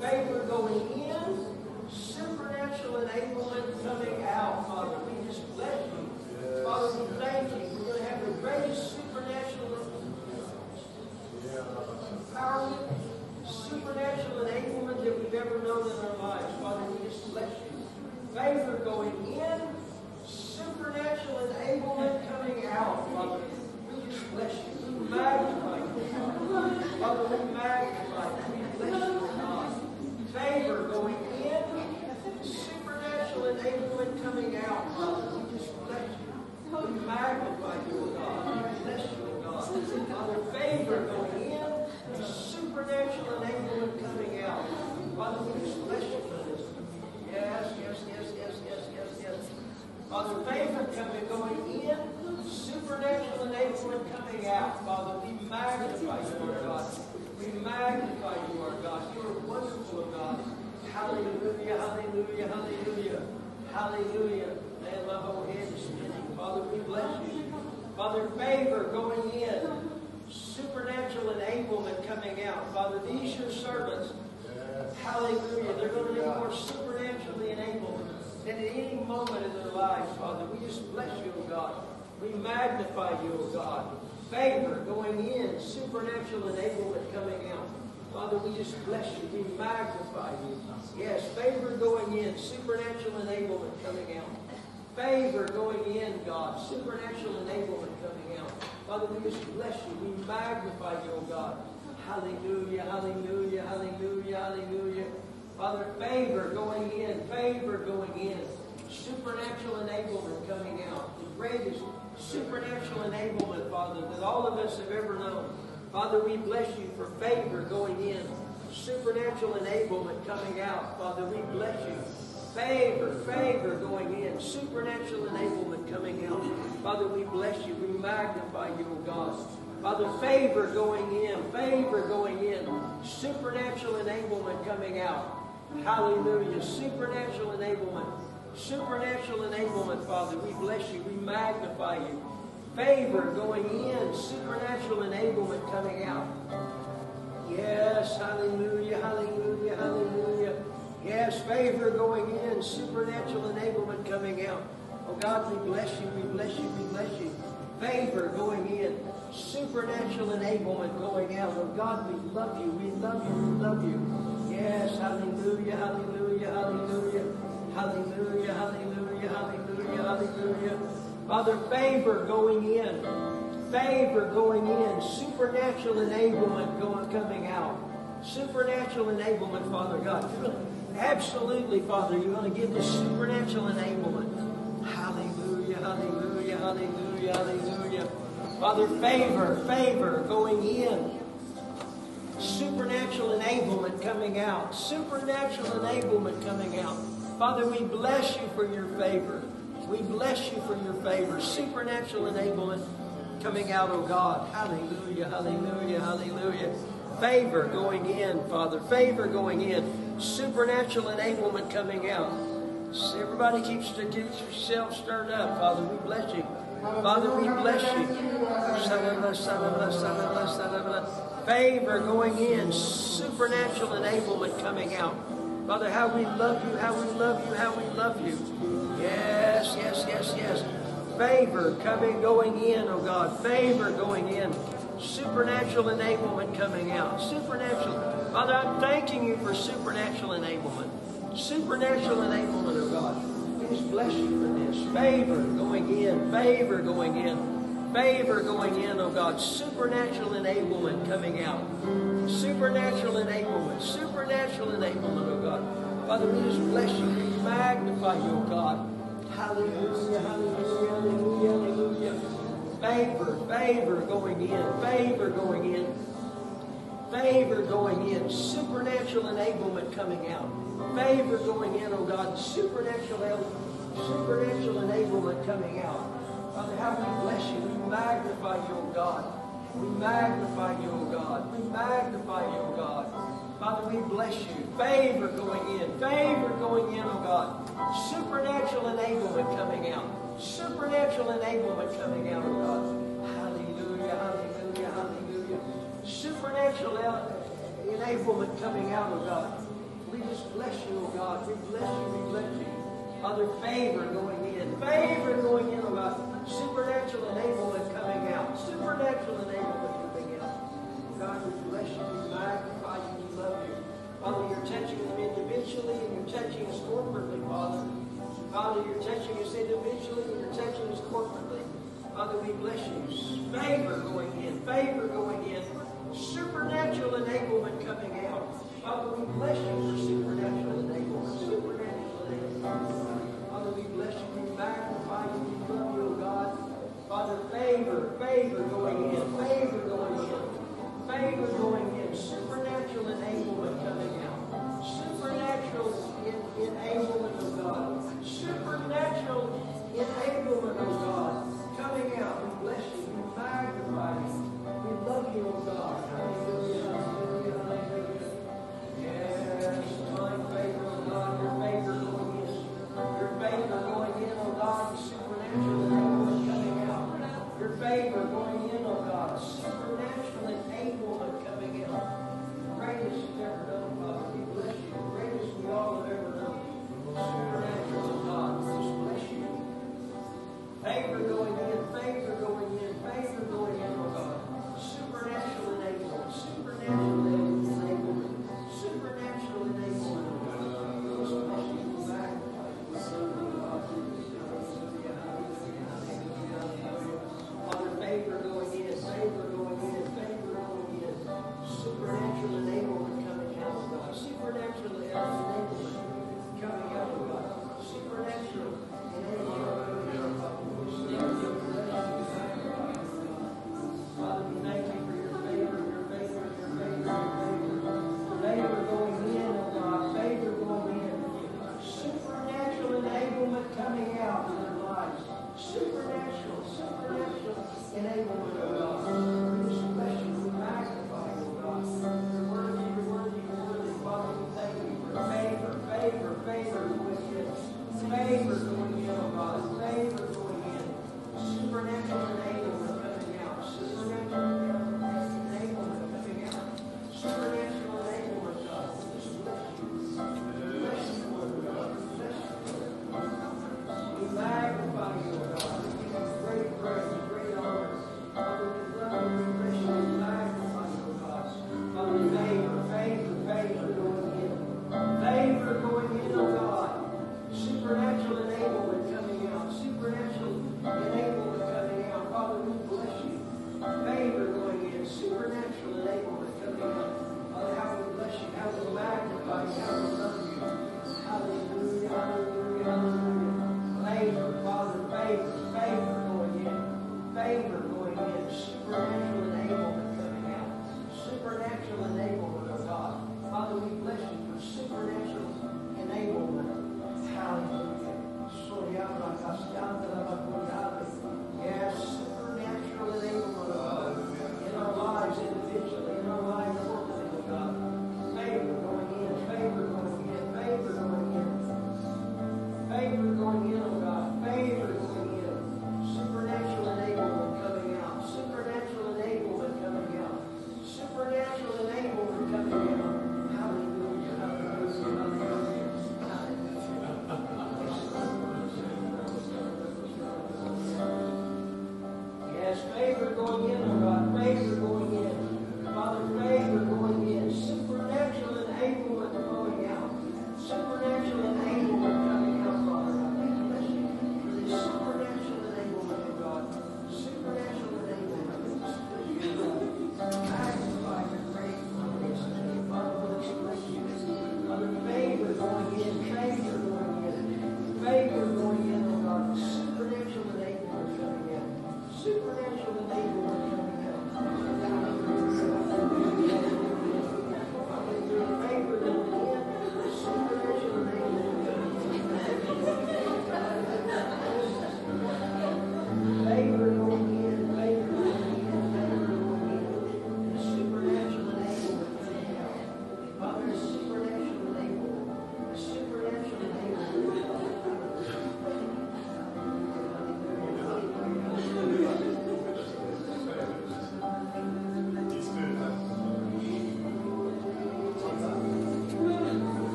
S5: Favor going in, supernatural enablement coming out, Father. We just bless you. Father, we thank you. We're going to have the greatest supernatural empowerment, supernatural enablement that we've ever known in our lives. Father, we just bless you. Favor going in, supernatural enablement coming out. Father, we just bless you. We magnify you. Father. Father, we magnify you. We bless you, God. Favor going in, supernatural enablement coming out. Father, we just bless you. We magnify you, O God. We bless you, O God. Father, we
S6: favor going in and supernatural enablement coming out. Father, we just bless you for this. Yes, yes, yes, yes, yes, yes, yes. Father, favor coming going in, supernatural enablement coming out. Father, we magnify you, our God. We magnify you, our God. You are wonderful, O God. Hallelujah, hallelujah, hallelujah, hallelujah. Man, my whole head is spinning. Father, we bless you. Father, favor going in, supernatural enablement coming out. Father, these your servants. Hallelujah. They're going to be more supernaturally enabled than at any moment in their lives, Father. We just bless you, O God. We magnify you, O God. Favor going in, supernatural enablement coming out. Father, we just bless you. We magnify you. Yes, favor going in, supernatural enablement coming out favor going in, God, supernatural enablement coming out. Father, we just bless you. We magnify you, oh God. Hallelujah, hallelujah, hallelujah, hallelujah. Father, favor going in, favor going in, supernatural enablement coming out. The greatest supernatural enablement, Father, that all of us have ever known. Father, we bless you for favor going in, supernatural enablement coming out. Father, we bless you favor, favor going in, supernatural enablement coming out. Father, we bless you. We magnify you, O God. Father, favor going in, favor going in, supernatural enablement coming out. Hallelujah. Supernatural enablement. Supernatural enablement, Father. We bless you. We magnify you. Favor going in, supernatural enablement coming out. Yes, hallelujah, hallelujah, hallelujah. Yes, favor going in, supernatural enablement coming out. Oh God, we bless you, we bless you, we bless you. Favor going in, supernatural enablement going out. Oh God, we love you, we love you, we love you. Yes, hallelujah, hallelujah, hallelujah, hallelujah, hallelujah, hallelujah, hallelujah. Father, favor going in, favor going in, supernatural enablement going coming out, supernatural enablement, Father God. You're gonna- Absolutely, Father, you're going to give us supernatural enablement. Hallelujah, hallelujah, hallelujah, hallelujah. Father, favor, favor going in, supernatural enablement coming out, supernatural enablement coming out. Father, we bless you for your favor. We bless you for your favor, supernatural enablement coming out, oh God. Hallelujah, hallelujah, hallelujah. Favor going in, Father, favor going in, supernatural enablement coming out. Everybody keeps to get yourself stirred up, Father. We bless you. Father, we bless you. Son of us, son of us, son of us, son of us. Favor going in, supernatural enablement coming out. Father, how we love you, how we love you, how we love you. Yes, yes, yes, yes. Favor coming, going in, oh God. Favor going in. Supernatural enablement coming out. Supernatural. Father, I'm thanking you for supernatural enablement. Supernatural enablement, oh God. We just bless you for this. Favor going in, favor going in, favor going in, oh God. Supernatural enablement coming out. Supernatural enablement, supernatural enablement, oh God. Father, we just bless you. We magnify you, oh God. Hallelujah, hallelujah, hallelujah, hallelujah. Favor, favor going in, favor going in, favor going in, supernatural enablement coming out, favor going in, oh God, supernatural help, supernatural enablement coming out. Father, how we bless you, we magnify you, oh God. We magnify you, oh God. We magnify you, oh God. Father, we bless you. Favor going in, favor going in, oh God. Supernatural enablement coming out, supernatural enablement coming out, oh God. Hallelujah, hallelujah, hallelujah. Supernatural el- enablement coming out, oh God. We just bless you, oh God. We bless you, we bless you. Other favor going in, favor going in, oh God. Supernatural enablement coming out, supernatural enablement coming out. God, we bless you, we magnify you, we love you. Father, you're touching them individually and you're touching us corporately, Father. Father, you're touching us individually and you're touching us corporately. Father, we bless you. Favor going in, favor going in, supernatural enablement coming out. Father, we bless you for supernatural enablement, supernatural enablement. Father, we bless you, we magnify you, we love you, O God. Father, favor, favor going in, favor going in.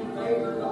S6: oh oh oh oh oh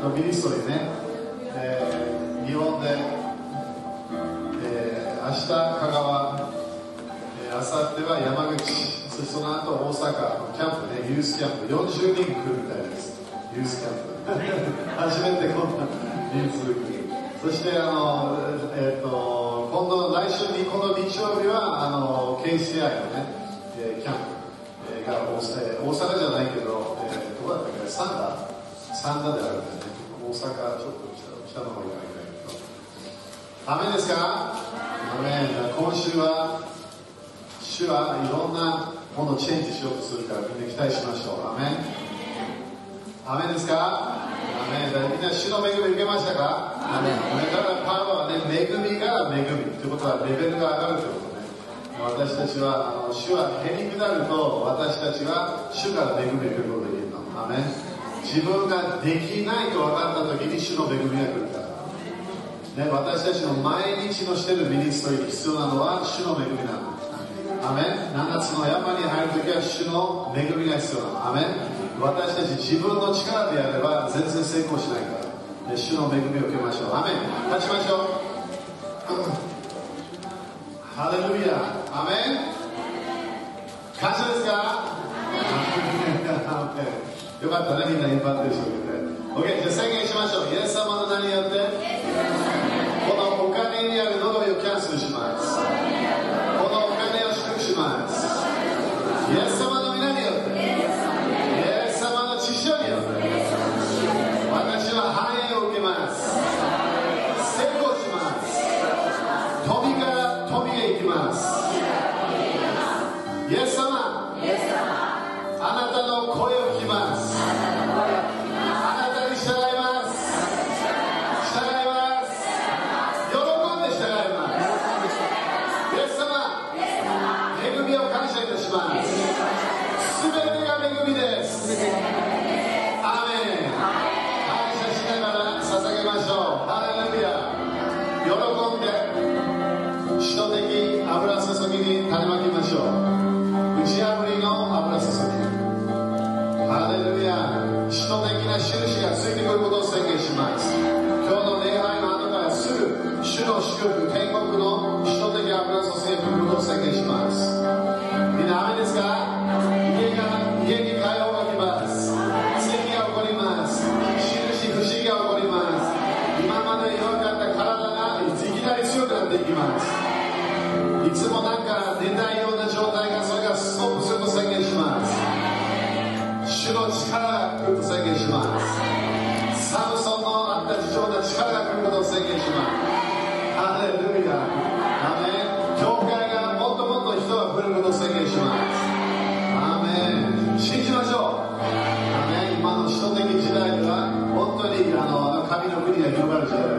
S1: のミニストリーね、えー日本で、えー明日香川、えー、明後日は山口そしてその後大阪のキャンプねユースキャンプ40人来るみたいですユースキャンプ初めてこんな人数そしてあのえっ、えーと今度来週にこの日曜日はあの KCI のね、えーキャンプえーが大阪えー大阪じゃないけど、えーどうだったっけサンダーサンダーであるんですね大阪ちょっと北の方にあるんだけどアメンですかアメン今週は主はいろんなものをチェンジしようとするからみんな期待しましょうアメンアメンですかアメンだからみんな主の恵み受けましたかアメンだからパワーはね恵みが恵みってことはレベルが上がるってことね私たちはあの主はへに下ると私たちは主から恵みを受けることができるのアメン自分ができないと分かった時に主の恵みが来るからね、私たちの毎日のしてるミニストリーに必要なのは主の恵みなの。アメン7つの山に入るときは主の恵みが必要なの。アメン私たち自分の力でやれば全然成功しないから、ね、主の恵みを受けましょう。アメン立ちましょう。 ハレルヤアメン感謝ですかアメンよかったね、みんな引っ張ってる人がいて。OK、じゃあ宣言しましょう。イエス様の名によって。このお金にある呪いをキャンセルしますこのお金を祝福しますイエス様の皆によってイエス様の血潮によって私は繁栄を受けます成功します富から富へ行きますイエス様あなたの声を聞きますあなたに従います従います喜んで従います。イエス様、恵みを感謝いたします。すべてが恵みです。アーメン。感謝しながら捧げましょう。ハレルヤ。喜んで、使徒的油注ぎに種まきましょう。打ち破りの油注ぎ。ハレルヤ。使徒的な印がついてくることを宣言します。今日の礼拝の後からすぐ、主の祝福、天国の使徒的油注ぎが来ることを宣言します。みんな雨ですか家が家に解放が来ます奇跡が起こります印不思議が起こります今まで弱かった体がいきなり強くなっていきますいつもなんか寝ないような状態がそれがストップすると宣言します主の力が来ると宣言しますサムソンのあった事情な力が来ることを宣言しますハレルヤ。アメン。教会がもっともっと人が来ることを宣言します。アメン。信じましょう。アメン。今の首都的時代では、本当にあの、あの神の国が広がる時代だ